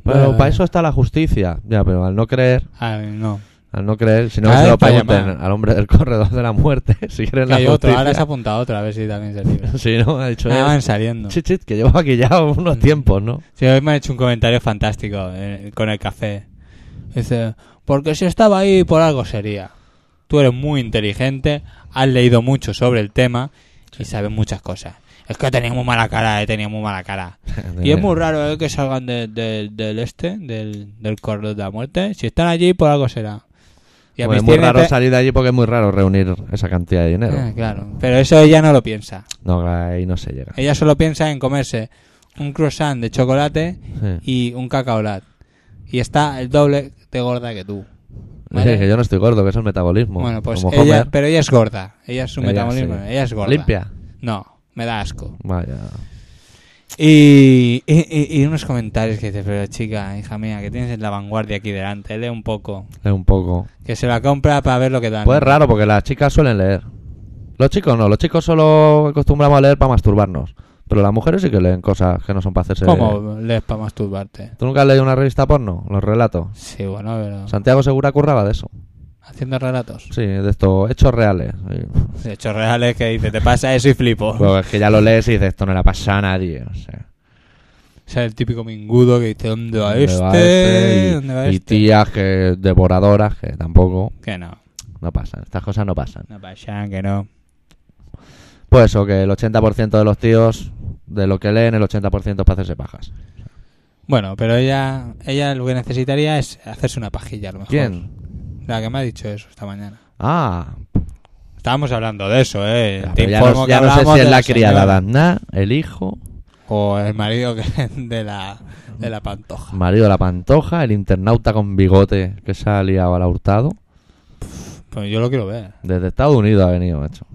Speaker 1: Pero
Speaker 2: Eh.
Speaker 1: para eso está la justicia. Ya, pero al no creer,
Speaker 2: Ah, no.
Speaker 1: al no creer, si no que
Speaker 2: Ah,
Speaker 1: se
Speaker 2: es
Speaker 1: lo
Speaker 2: pa'
Speaker 1: pregunten
Speaker 2: llamar.
Speaker 1: al hombre del corredor de la muerte, si quieren
Speaker 2: Que
Speaker 1: la
Speaker 2: hay otro, ahora se ha
Speaker 1: justicia.
Speaker 2: apuntado otra, a ver si también se libra.
Speaker 1: Sí, ¿no? Ha dicho
Speaker 2: Ah, Mm.
Speaker 1: él.
Speaker 2: van saliendo.
Speaker 1: Chit, chit, que llevo aquí ya unos tiempos, ¿no?
Speaker 2: Sí, hoy me han hecho un comentario fantástico eh, con el café. Dice, porque si estaba ahí por algo sería. Tú eres muy inteligente, has leído mucho sobre el tema y sabes muchas cosas. Es que tenía muy mala cara, eh, tenía muy mala cara. Y es muy raro eh, que salgan de- de- del este, del, del corredor de la muerte. Si están allí, por algo será. Y
Speaker 1: Bueno,
Speaker 2: a
Speaker 1: Pues es
Speaker 2: mis
Speaker 1: muy
Speaker 2: tiendas
Speaker 1: raro
Speaker 2: de-
Speaker 1: salir de allí porque es muy raro reunir esa cantidad de dinero.
Speaker 2: Ah, claro, pero eso ella no lo piensa.
Speaker 1: No, ahí no se llega.
Speaker 2: Ella solo piensa en comerse un croissant de chocolate
Speaker 1: Sí.
Speaker 2: y un cacaolat. Y está el doble de gorda que tú. ¿vale?
Speaker 1: Que yo no estoy gordo, que eso es el metabolismo.
Speaker 2: Bueno, pues
Speaker 1: Como
Speaker 2: ella,
Speaker 1: Homer.
Speaker 2: pero ella es gorda. Ella es su
Speaker 1: Ella,
Speaker 2: metabolismo.
Speaker 1: sí.
Speaker 2: Ella es gorda.
Speaker 1: Limpia.
Speaker 2: No, me da asco.
Speaker 1: Vaya.
Speaker 2: Y, y- y- y unos comentarios que dice, pero chica, hija mía, que tienes la vanguardia aquí delante. Lee un poco.
Speaker 1: Es un poco.
Speaker 2: Que se la compra para ver lo que dan.
Speaker 1: Pues es raro porque las chicas suelen leer. Los chicos no, los chicos solo acostumbramos a leer para masturbarnos. Pero las mujeres sí que leen cosas que no son para hacerse.
Speaker 2: ¿Cómo lees para masturbarte?
Speaker 1: ¿Tú nunca has leído una revista porno? Los relatos.
Speaker 2: Sí, bueno, pero...
Speaker 1: Santiago Segura curraba de eso.
Speaker 2: Haciendo relatos.
Speaker 1: Sí, de estos hechos reales. Sí.
Speaker 2: De hechos reales que dice, te pasa eso y flipo. O
Speaker 1: Pues es que ya lo lees y dices, esto no era pasar a nadie. o sea,
Speaker 2: sea, el típico mingudo que dice, ¿dónde va
Speaker 1: ¿dónde
Speaker 2: este?
Speaker 1: va este? Y,
Speaker 2: ¿Dónde va
Speaker 1: y
Speaker 2: este?
Speaker 1: tías que devoradoras que tampoco
Speaker 2: Que no,
Speaker 1: no pasan. Estas cosas no pasan.
Speaker 2: no pasa, que no.
Speaker 1: Pues eso, que el 80% de los tíos, de lo que leen, el 80% es para hacerse pajas.
Speaker 2: Bueno, pero ella, ella lo que necesitaría es hacerse una pajilla a lo mejor.
Speaker 1: ¿Quién?
Speaker 2: La que me ha dicho eso esta mañana.
Speaker 1: Ah,
Speaker 2: Estábamos hablando de eso, eh.
Speaker 1: Ya,
Speaker 2: Te
Speaker 1: pero ya
Speaker 2: informo
Speaker 1: no,
Speaker 2: que
Speaker 1: ya no sé
Speaker 2: hablamos
Speaker 1: si es
Speaker 2: de
Speaker 1: la criada
Speaker 2: señora-
Speaker 1: Dazna, el hijo,
Speaker 2: O el marido que- de la de la pantoja.
Speaker 1: marido de la Pantoja, el internauta con bigote que se ha liado al Hurtado.
Speaker 2: Pues yo lo quiero ver.
Speaker 1: Desde Estados Unidos ha venido, macho.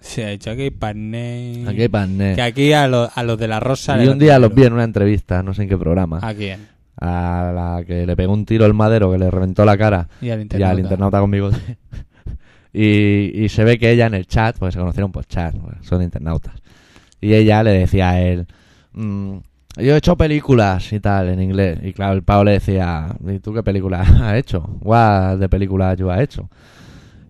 Speaker 2: Se ha dicho aquí pané.
Speaker 1: Aquí hay pané.
Speaker 2: Que aquí a, los a los de eh. la rosa.
Speaker 1: Y
Speaker 2: les
Speaker 1: un día los vi
Speaker 2: tiro.
Speaker 1: en una entrevista, no sé en qué programa,
Speaker 2: ¿A quién? Ah.
Speaker 1: a la que le pegó un tiro el madero que le reventó la cara
Speaker 2: Y al
Speaker 1: y al internauta con bigote. Y, y se ve que ella en el chat, porque se conocieron por chat, porque son internautas. Y ella le decía a él, mm, yo he hecho películas y tal en inglés. Y claro, el Pablo le decía, ¿y tú qué película has hecho? ¿What de película yo has hecho?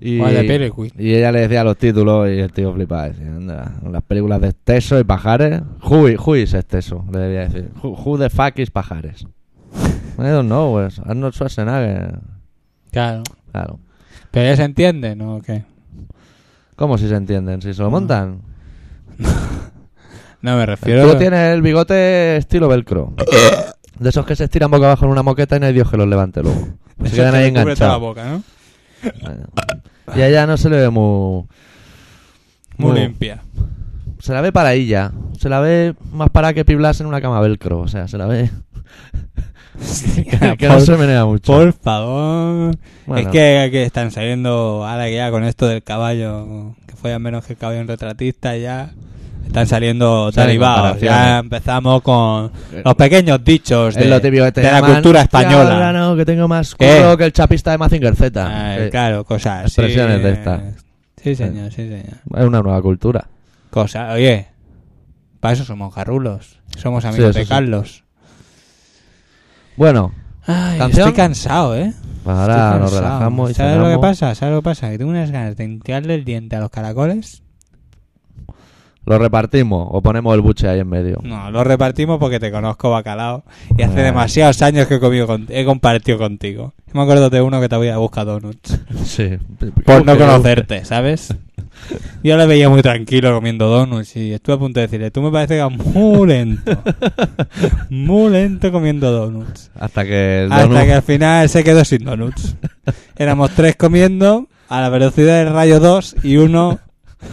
Speaker 1: Y,
Speaker 2: O el de Pele Quid.
Speaker 1: y ella le decía los títulos y el tío flipaba. Decía, anda, las películas de Esteso y Pajares. Who, i- who is Esteso? Le debía decir. Who, who the fuck is Pajares? I don't know, pues, Arnold Schwarzenegger.
Speaker 2: Claro.
Speaker 1: Claro.
Speaker 2: ¿Pero ya se entiende, no? ¿O qué?
Speaker 1: ¿Cómo si se entienden? Si
Speaker 2: Ah.
Speaker 1: se lo montan.
Speaker 2: No me
Speaker 1: El
Speaker 2: refiero.
Speaker 1: tío tiene el bigote estilo velcro. De esos que se estiran boca abajo en una moqueta y no hay Dios que los levante luego.
Speaker 2: Eso
Speaker 1: Se quedan
Speaker 2: te
Speaker 1: ahí
Speaker 2: cubre toda la
Speaker 1: enganchados.
Speaker 2: boca, ¿no?
Speaker 1: Y a ella no se le ve muy...
Speaker 2: Muy
Speaker 1: Muy-
Speaker 2: limpia.
Speaker 1: Se la ve para ella. Se la ve más para que Piblas en una cama velcro. O sea, se la ve... que no
Speaker 2: Por-
Speaker 1: se menea mucho.
Speaker 2: Por favor.
Speaker 1: Bueno.
Speaker 2: Es que, que están saliendo, ahora que ya con esto del caballo, que fue al menos que el caballo en retratista ya, están saliendo
Speaker 1: Salen
Speaker 2: derivados.
Speaker 1: comparaciones. Eh,
Speaker 2: Ya empezamos con los pequeños dichos
Speaker 1: Es
Speaker 2: de,
Speaker 1: lo típico que te
Speaker 2: de la
Speaker 1: llaman,
Speaker 2: cultura
Speaker 1: "Hostia, ahora
Speaker 2: española.
Speaker 1: no, que tengo más
Speaker 2: ¿Qué?
Speaker 1: curro que el chapista de Mazinger Z.
Speaker 2: Ah,
Speaker 1: Eh,
Speaker 2: Claro, cosas así.
Speaker 1: Expresiones de estas.
Speaker 2: Sí, señor, sí, señor.
Speaker 1: Es una nueva cultura.
Speaker 2: Cosas, oye, para eso somos garrulos. Somos amigos
Speaker 1: eso
Speaker 2: de
Speaker 1: sí.
Speaker 2: Carlos.
Speaker 1: Bueno,
Speaker 2: Ay,
Speaker 1: ¿Canción?
Speaker 2: estoy cansado, ¿eh?
Speaker 1: Pues ahora
Speaker 2: Estoy
Speaker 1: nos
Speaker 2: cansado.
Speaker 1: relajamos y
Speaker 2: ¿Sabes lo que
Speaker 1: cenamos.
Speaker 2: pasa? ¿Sabes lo que pasa? Que tengo unas ganas de hincarle el diente a los caracoles.
Speaker 1: Lo repartimos o ponemos el buche ahí en medio.
Speaker 2: No, lo repartimos porque te conozco, bacalao. Y hace
Speaker 1: Ah.
Speaker 2: demasiados años que he, comido con- he compartido contigo. Me acuerdo de uno que te voy a buscar donuts.
Speaker 1: Sí.
Speaker 2: Por no conocerte, ¿sabes? Yo le veía muy tranquilo comiendo donuts y estuve a punto de decirle, tú me parece que vas muy lento. Muy lento comiendo donuts.
Speaker 1: Hasta que el
Speaker 2: Hasta
Speaker 1: donut-
Speaker 2: que al final se quedó sin donuts. Éramos tres comiendo a la velocidad del rayo 2 y uno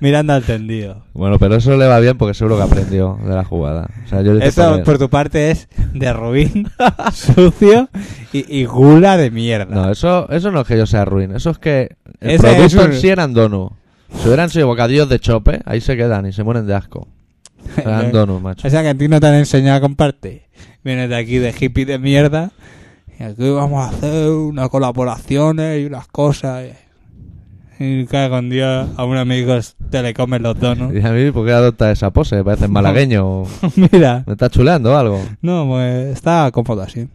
Speaker 2: mirando al tendido.
Speaker 1: Bueno, pero eso le va bien porque seguro que aprendió de la jugada. O sea, yo lo hice
Speaker 2: Eso
Speaker 1: también.
Speaker 2: por tu parte es de ruin, sucio y, y gula de mierda.
Speaker 1: No, eso, eso no es que yo sea ruin. Eso es que el
Speaker 2: Ese
Speaker 1: producto
Speaker 2: es un-
Speaker 1: en sí eran donuts. Si hubieran sido bocadillos de chope, ahí se quedan y se mueren de asco. Eran donuts, macho.
Speaker 2: o sea que a ti no te han enseñado a compartir. Vienes de aquí de hippie de mierda. Y aquí vamos a hacer unas colaboraciones y unas cosas. Y, y cago en Dios, a un amigo te le comen los donuts.
Speaker 1: Y a mí, ¿por qué adopta esa pose? Parece malagueño. o-
Speaker 2: Mira,
Speaker 1: ¿Me está chuleando o algo?
Speaker 2: no, pues está cómodo así.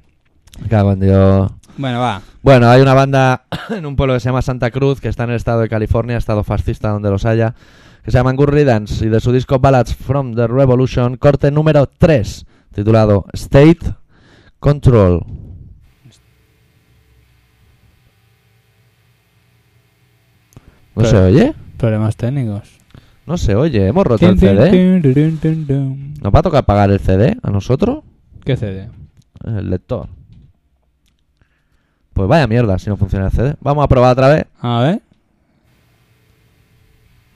Speaker 1: Me Cago en Dios.
Speaker 2: Bueno, va.
Speaker 1: Bueno, hay una banda en un pueblo que se llama Santa Cruz, que está en el estado de California, estado fascista donde los haya, que se llaman Good Riddance, y de su disco Ballads from the Revolution, corte número 3, titulado State Control. ¿No se
Speaker 2: Pero-
Speaker 1: oye?
Speaker 2: Problemas técnicos.
Speaker 1: No se oye, hemos roto el CD. ¿Nos va a tocar pagar el CD a nosotros?
Speaker 2: ¿Qué CD?
Speaker 1: El lector. Pues vaya mierda si no funciona el CD. Vamos a probar otra vez.
Speaker 2: A ver.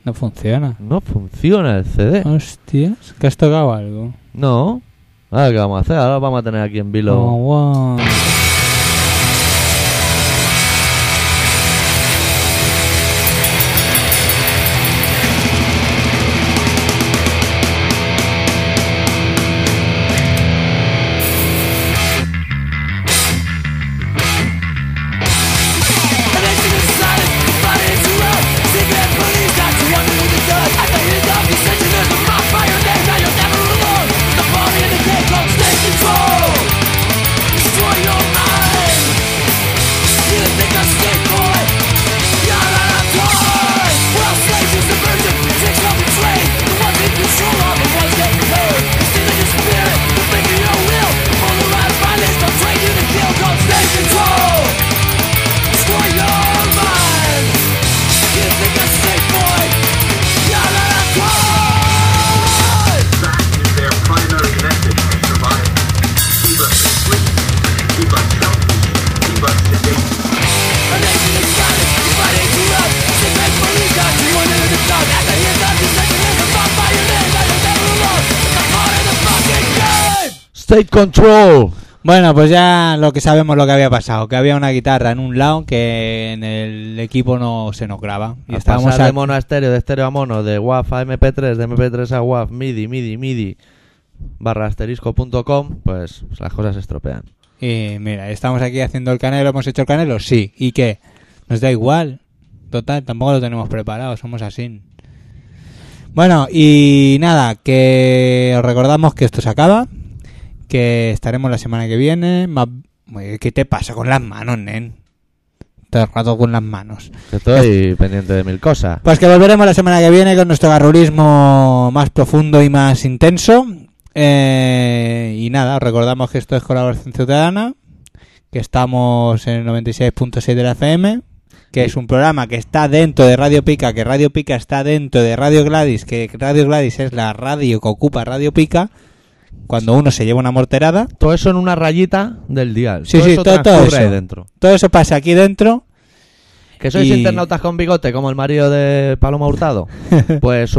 Speaker 2: No funciona.
Speaker 1: No funciona el CD.
Speaker 2: Ah. Hostias, que has tocado algo.
Speaker 1: No. Ahora qué vamos a hacer, ahora vamos a tener aquí en vilo.
Speaker 2: Oh, wow.
Speaker 3: Control! Destroy your mind. You think I'm safe, boy? You're not a toy.
Speaker 5: That is their primary message for survival. Keep us asleep, keep us healthy, keep us sedate.
Speaker 3: A nation is silent, it's fighting to run. Sick and police are to one in the dark. At the end of the second, there's a bonfire there that is never alone. It's the heart of the fucking game.
Speaker 1: State Control.
Speaker 2: Bueno, pues ya lo que sabemos lo que había pasado, que había una guitarra en un lado que en el equipo no se nos graba.
Speaker 1: Y
Speaker 2: Y estábamos
Speaker 1: pasar
Speaker 2: a-
Speaker 1: de mono a estéreo, de estéreo a mono, de WAF a MP3, de MP3 a WAF, MIDI, MIDI, MIDI, barra asterisco.com, pues las cosas se estropean.
Speaker 2: Y mira, estamos aquí haciendo el canelo, hemos hecho el canelo, sí. ¿Y qué? Nos da igual. Total, tampoco lo tenemos preparado, somos así. Bueno, y nada, que os recordamos que esto se acaba, que estaremos la semana que viene. más- Uy, ¿Qué te pasa con las manos, nen? todo el rato con las manos.
Speaker 1: Estoy pendiente de mil cosas.
Speaker 2: Pues que volveremos la semana que viene con nuestro garrulismo más profundo y más intenso. Eh, y nada, os recordamos que esto es Colaboración Ciudadana, que estamos en el 96.6 de la FM, que es un programa que está dentro de Radio Pica, que Radio Pica está dentro de Radio Gladys, que Radio Gladys es la radio que ocupa Radio Pica, cuando uno se lleva una morterada.
Speaker 1: Todo eso en una rayita del dial.
Speaker 2: Sí,
Speaker 1: todo
Speaker 2: sí,
Speaker 1: eso
Speaker 2: todo- todo
Speaker 1: transcurre ahí
Speaker 2: eso.
Speaker 1: dentro.
Speaker 2: Todo eso pasa aquí dentro.
Speaker 1: Que sois
Speaker 2: Y-
Speaker 1: internautas con bigote como el marido de Paloma Hurtado. Pues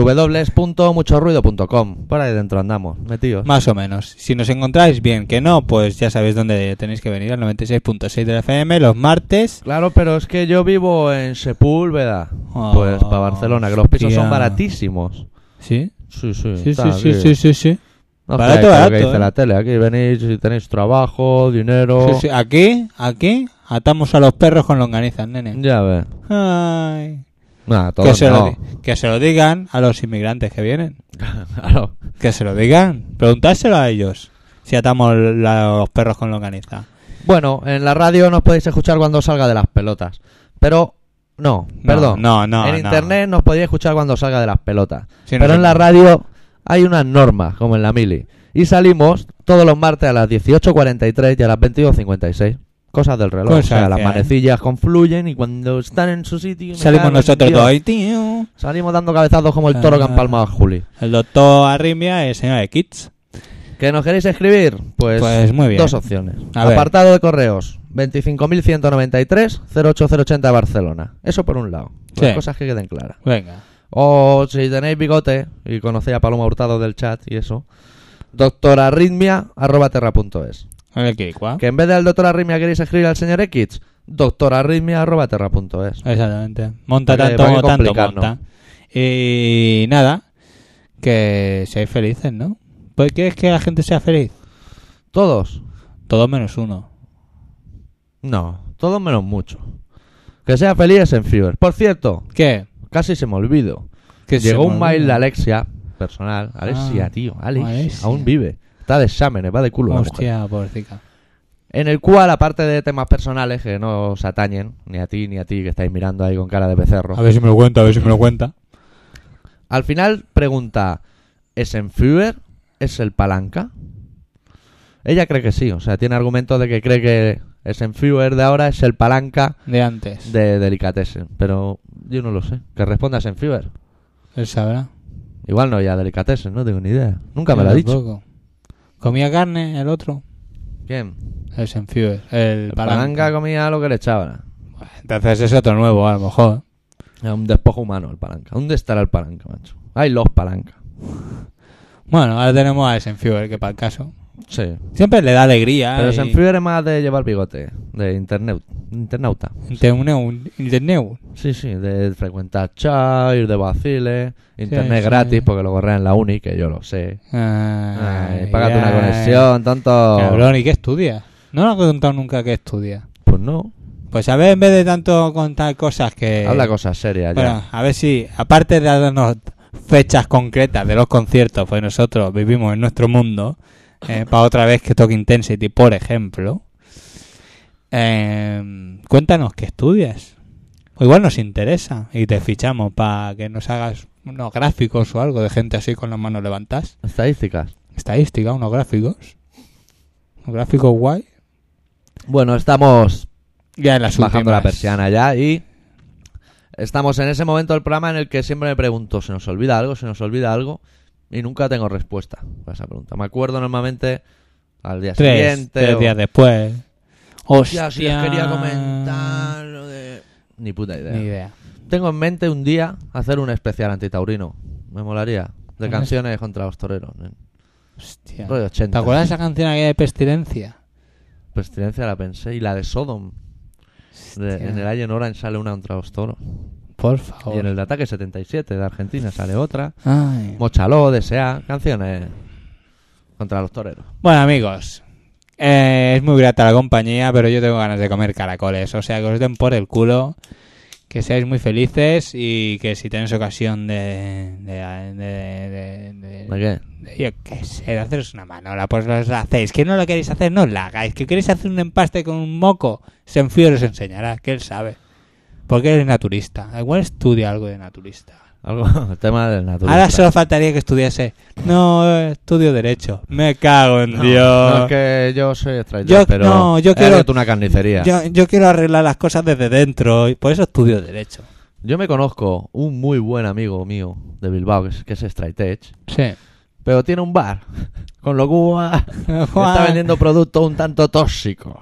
Speaker 1: www.muchorruido.com. Por ahí dentro andamos, metidos.
Speaker 2: Pues Más o menos. Si nos encontráis bien, que no, pues ya sabéis dónde tenéis que venir, al 96.6 de la FM, los martes.
Speaker 1: Claro, pero es que yo vivo en Sepúlveda.
Speaker 2: Oh,
Speaker 1: pues para Barcelona, que los pisos
Speaker 2: hostia.
Speaker 1: son baratísimos.
Speaker 2: ¿Sí?
Speaker 1: Sí, sí,
Speaker 2: Sí, sí,
Speaker 1: está
Speaker 2: sí,
Speaker 1: aquí.
Speaker 2: sí, sí, sí.
Speaker 1: No
Speaker 2: Barato,
Speaker 1: creáis lo que
Speaker 2: barato,
Speaker 1: dice
Speaker 2: eh.
Speaker 1: la tele. Aquí venís si tenéis trabajo, dinero.
Speaker 2: Sí, sí. Aquí, aquí, atamos a los perros con longanizas, nene.
Speaker 1: Ya ves.
Speaker 2: Ay.
Speaker 1: Nah, todo
Speaker 2: Que, se lo,
Speaker 1: no.
Speaker 2: di- que se lo digan a los inmigrantes que vienen.
Speaker 1: Claro.
Speaker 2: Que se lo digan. Preguntárselo a ellos si atamos la- los perros con longaniza.
Speaker 1: Bueno, en la radio nos podéis escuchar cuando salga de las pelotas. Pero, no,
Speaker 2: No,
Speaker 1: perdón.
Speaker 2: no, no,
Speaker 1: En
Speaker 2: no.
Speaker 1: internet nos podéis escuchar cuando salga de las pelotas.
Speaker 2: Sí,
Speaker 1: Pero
Speaker 2: no-
Speaker 1: en la radio hay unas normas, como en la mili. Y salimos todos los martes a las 18.43 y a las 22.56. Cosas del reloj.
Speaker 2: Cosas
Speaker 1: o sea, las
Speaker 2: que-
Speaker 1: manecillas confluyen y cuando están en su sitio. me cago
Speaker 2: Salimos
Speaker 1: en
Speaker 2: nosotros
Speaker 1: Dios.
Speaker 2: dos ahí, tío.
Speaker 1: Salimos dando cabezazos como el toro que han
Speaker 2: Ah.
Speaker 1: palmado a Juli.
Speaker 2: El doctor Arrimia y el señor de Kids.
Speaker 1: ¿Que nos queréis escribir? Pues,
Speaker 2: Pues muy bien.
Speaker 1: dos opciones.
Speaker 2: A ver.
Speaker 1: Apartado de correos 25.193-08080 de Barcelona. Eso por un lado. Las
Speaker 2: Sí.
Speaker 1: cosas que queden claras.
Speaker 2: Venga.
Speaker 1: O si tenéis bigote y conocéis a Paloma Hurtado del chat y eso. Doctorarritmia.terra.es
Speaker 2: A ver qué igual.
Speaker 1: Que en vez del doctor Arritmia queréis escribir al señor X. Doctorarritmia.terra.es
Speaker 2: Exactamente. Monta
Speaker 1: Para que- para que
Speaker 2: tanto como tanto
Speaker 1: complicarnos.
Speaker 2: monta. Y nada, que seáis felices, ¿no? Pues quieres que la gente sea feliz.
Speaker 1: ¿Todos?
Speaker 2: Todos menos uno.
Speaker 1: No. Todos menos mucho. Que sea feliz en Fever. Por cierto,
Speaker 2: ¿Qué?
Speaker 1: casi se me olvido.
Speaker 2: Que se
Speaker 1: Llegó
Speaker 2: me
Speaker 1: un mail de
Speaker 2: olvida.
Speaker 1: Alexia, personal. Alexia,
Speaker 2: Ah,
Speaker 1: tío, Alex,
Speaker 2: Alexia.
Speaker 1: aún vive. Está de exámenes, va de culo la mujer.
Speaker 2: Hostia, pobrecita.
Speaker 1: En el cual, aparte de temas personales que no os atañen, ni a ti ni a ti que estáis mirando ahí con cara de becerro,
Speaker 2: A ver si me lo cuenta, a ver si me lo cuenta.
Speaker 1: al final pregunta, ¿es en Fever? ¿Es el palanca? Ella cree que sí, o sea, tiene argumentos de que cree que es en Fever de ahora, es el palanca
Speaker 2: De antes.
Speaker 1: de Delicatessen. Pero yo no lo sé, que responda es en Fever.
Speaker 2: Él sabrá.
Speaker 1: Igual no ya Delicatessen, no tengo ni idea. Nunca me
Speaker 2: Yo
Speaker 1: lo ha dicho.
Speaker 2: tampoco. Comía carne el otro.
Speaker 1: ¿Quién?
Speaker 2: El Senfuer. El,
Speaker 1: El palanca comía lo que le echaban.
Speaker 2: Entonces es otro nuevo, a lo mejor.
Speaker 1: Es un despojo humano el palanca. ¿Dónde estará el palanca, macho? Hay los palancas.
Speaker 2: Bueno, ahora tenemos a Senfuer, que para el caso.
Speaker 1: Sí.
Speaker 2: Siempre le da alegría.
Speaker 1: Pero
Speaker 2: y-
Speaker 1: Senfuer es más de llevar bigote, de internet, internauta.
Speaker 2: Te une Pues un internet.
Speaker 1: Sí, sí, de frecuentar chat, ir de vaciles, internet
Speaker 2: sí.
Speaker 1: gratis, porque lo corren en la uni, que yo lo sé.
Speaker 2: Ay,
Speaker 1: Ay, págate una
Speaker 2: ay.
Speaker 1: conexión, tonto.
Speaker 2: Cabrón, ¿y qué estudias? No nos has contado nunca qué estudias.
Speaker 1: Pues no,
Speaker 2: Pues a ver, en vez de tanto contar cosas que...
Speaker 1: habla cosas serias
Speaker 2: Eh, Bueno, a ver si, aparte de darnos fechas concretas de los conciertos, pues nosotros vivimos en nuestro mundo, eh, para otra vez que toque Intensity, por ejemplo, eh, cuéntanos qué estudias. O igual nos interesa y te fichamos para que nos hagas unos gráficos o algo de gente así con las manos levantadas.
Speaker 1: ya. Estadísticas.
Speaker 2: Estadística, unos gráficos. Unos gráficos guay.
Speaker 1: Bueno, estamos
Speaker 2: Ya en las
Speaker 1: bajando la
Speaker 2: últimas.
Speaker 1: persiana ya y estamos en ese momento del programa en el que siempre me pregunto, ¿se nos olvida algo? ¿Se nos olvida algo? Y nunca tengo respuesta a esa pregunta. Me acuerdo normalmente al día
Speaker 2: Tres,
Speaker 1: siguiente.
Speaker 2: tres
Speaker 1: o-
Speaker 2: días después.
Speaker 1: Ya, si les quería comentar lo de... Ni puta idea.
Speaker 2: Ni idea.
Speaker 1: Tengo en mente un día hacer un especial antitaurino. Me molaría. De
Speaker 2: Un
Speaker 1: canciones contra los toreros. ¿eh? nen.
Speaker 2: Hostia.
Speaker 1: Rollo 80.
Speaker 2: ¿Te acuerdas de esa canción aquella de Pestilencia?
Speaker 1: Pestilencia Pues la pensé. Y la de Sodom. De-
Speaker 2: Hostia.
Speaker 1: en el Alien Orange sale una contra los toros.
Speaker 2: Por
Speaker 1: Y en
Speaker 2: favor.
Speaker 1: el de Ataque 77 de Argentina sale otra.
Speaker 2: Ay.
Speaker 1: Mochaló, Desea, canciones contra los toreros.
Speaker 2: Bueno, amigos. eh, es muy grata la compañía, pero yo tengo ganas de comer caracoles. O sea, que os den por el culo. Que seáis muy felices y que si tenéis ocasión de... de, de- de- de-
Speaker 1: ¿De qué?
Speaker 2: de- yo qué sé, de haceros una manola, pues os la hacéis. Que no lo queréis hacer, no os la hagáis. Que queréis hacer un empaste con un moco, Senfío os enseñará, que él sabe. Porque eres naturista. Igual estudia algo de naturista.
Speaker 1: Algo, tema del naturista.
Speaker 2: Ahora solo faltaría que estudiase. No, eh, estudio Derecho. Me cago en Dios.
Speaker 1: No es que yo soy extraño,
Speaker 2: Yo-
Speaker 1: pero
Speaker 2: no, yo
Speaker 1: he
Speaker 2: quiero-
Speaker 1: abierto una carnicería. Yo...
Speaker 2: Yo, yo quiero arreglar las cosas desde dentro y por eso estudio Derecho.
Speaker 1: me conozco un muy buen amigo mío de Bilbao, que es, que es Straitech,
Speaker 2: Sí.
Speaker 1: pero tiene un bar, con lo cual está vendiendo productos un tanto tóxicos.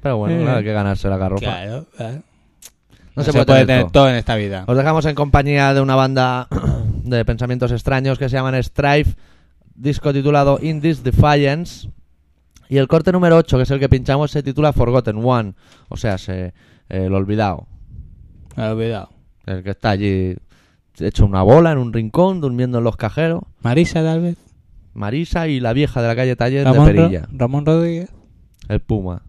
Speaker 1: Pero bueno,
Speaker 2: Eh.
Speaker 1: nada, hay que ganarse la garrofa.
Speaker 2: Claro, claro.
Speaker 1: No se puede tener todo.
Speaker 2: en esta vida.
Speaker 1: Os dejamos en compañía de una banda de pensamientos extraños que se llaman Strife, disco titulado In This Defiance. Y el corte número 8, que es el que pinchamos, se titula Forgotten One, o sea, se, eh, el olvidado,
Speaker 2: Me he olvidado.
Speaker 1: el que está allí hecho una bola en un rincón, durmiendo en los cajeros.
Speaker 2: Marisa, tal vez.
Speaker 1: Marisa y la vieja de la calle Taller de
Speaker 2: Ramón, Ro-
Speaker 1: Perilla,
Speaker 2: Ramón Rodríguez.
Speaker 1: el Puma.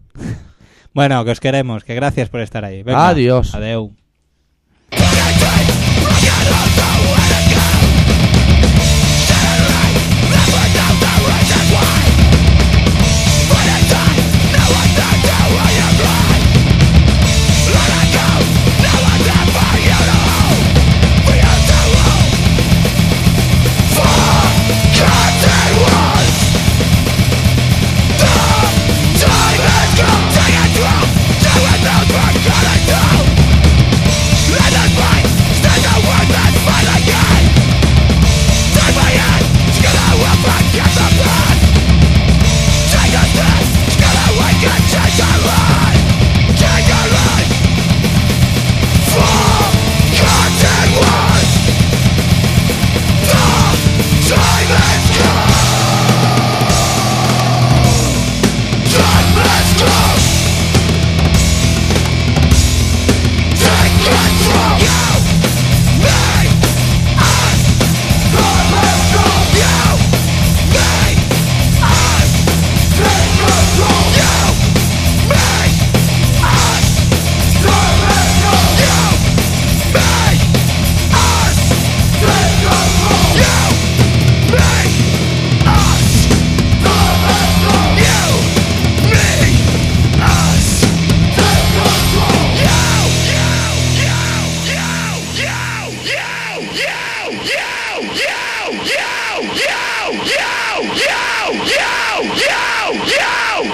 Speaker 2: Bueno, que os queremos, que gracias por estar ahí. Venga,
Speaker 1: Adiós.
Speaker 2: Adeu.
Speaker 3: Yeah!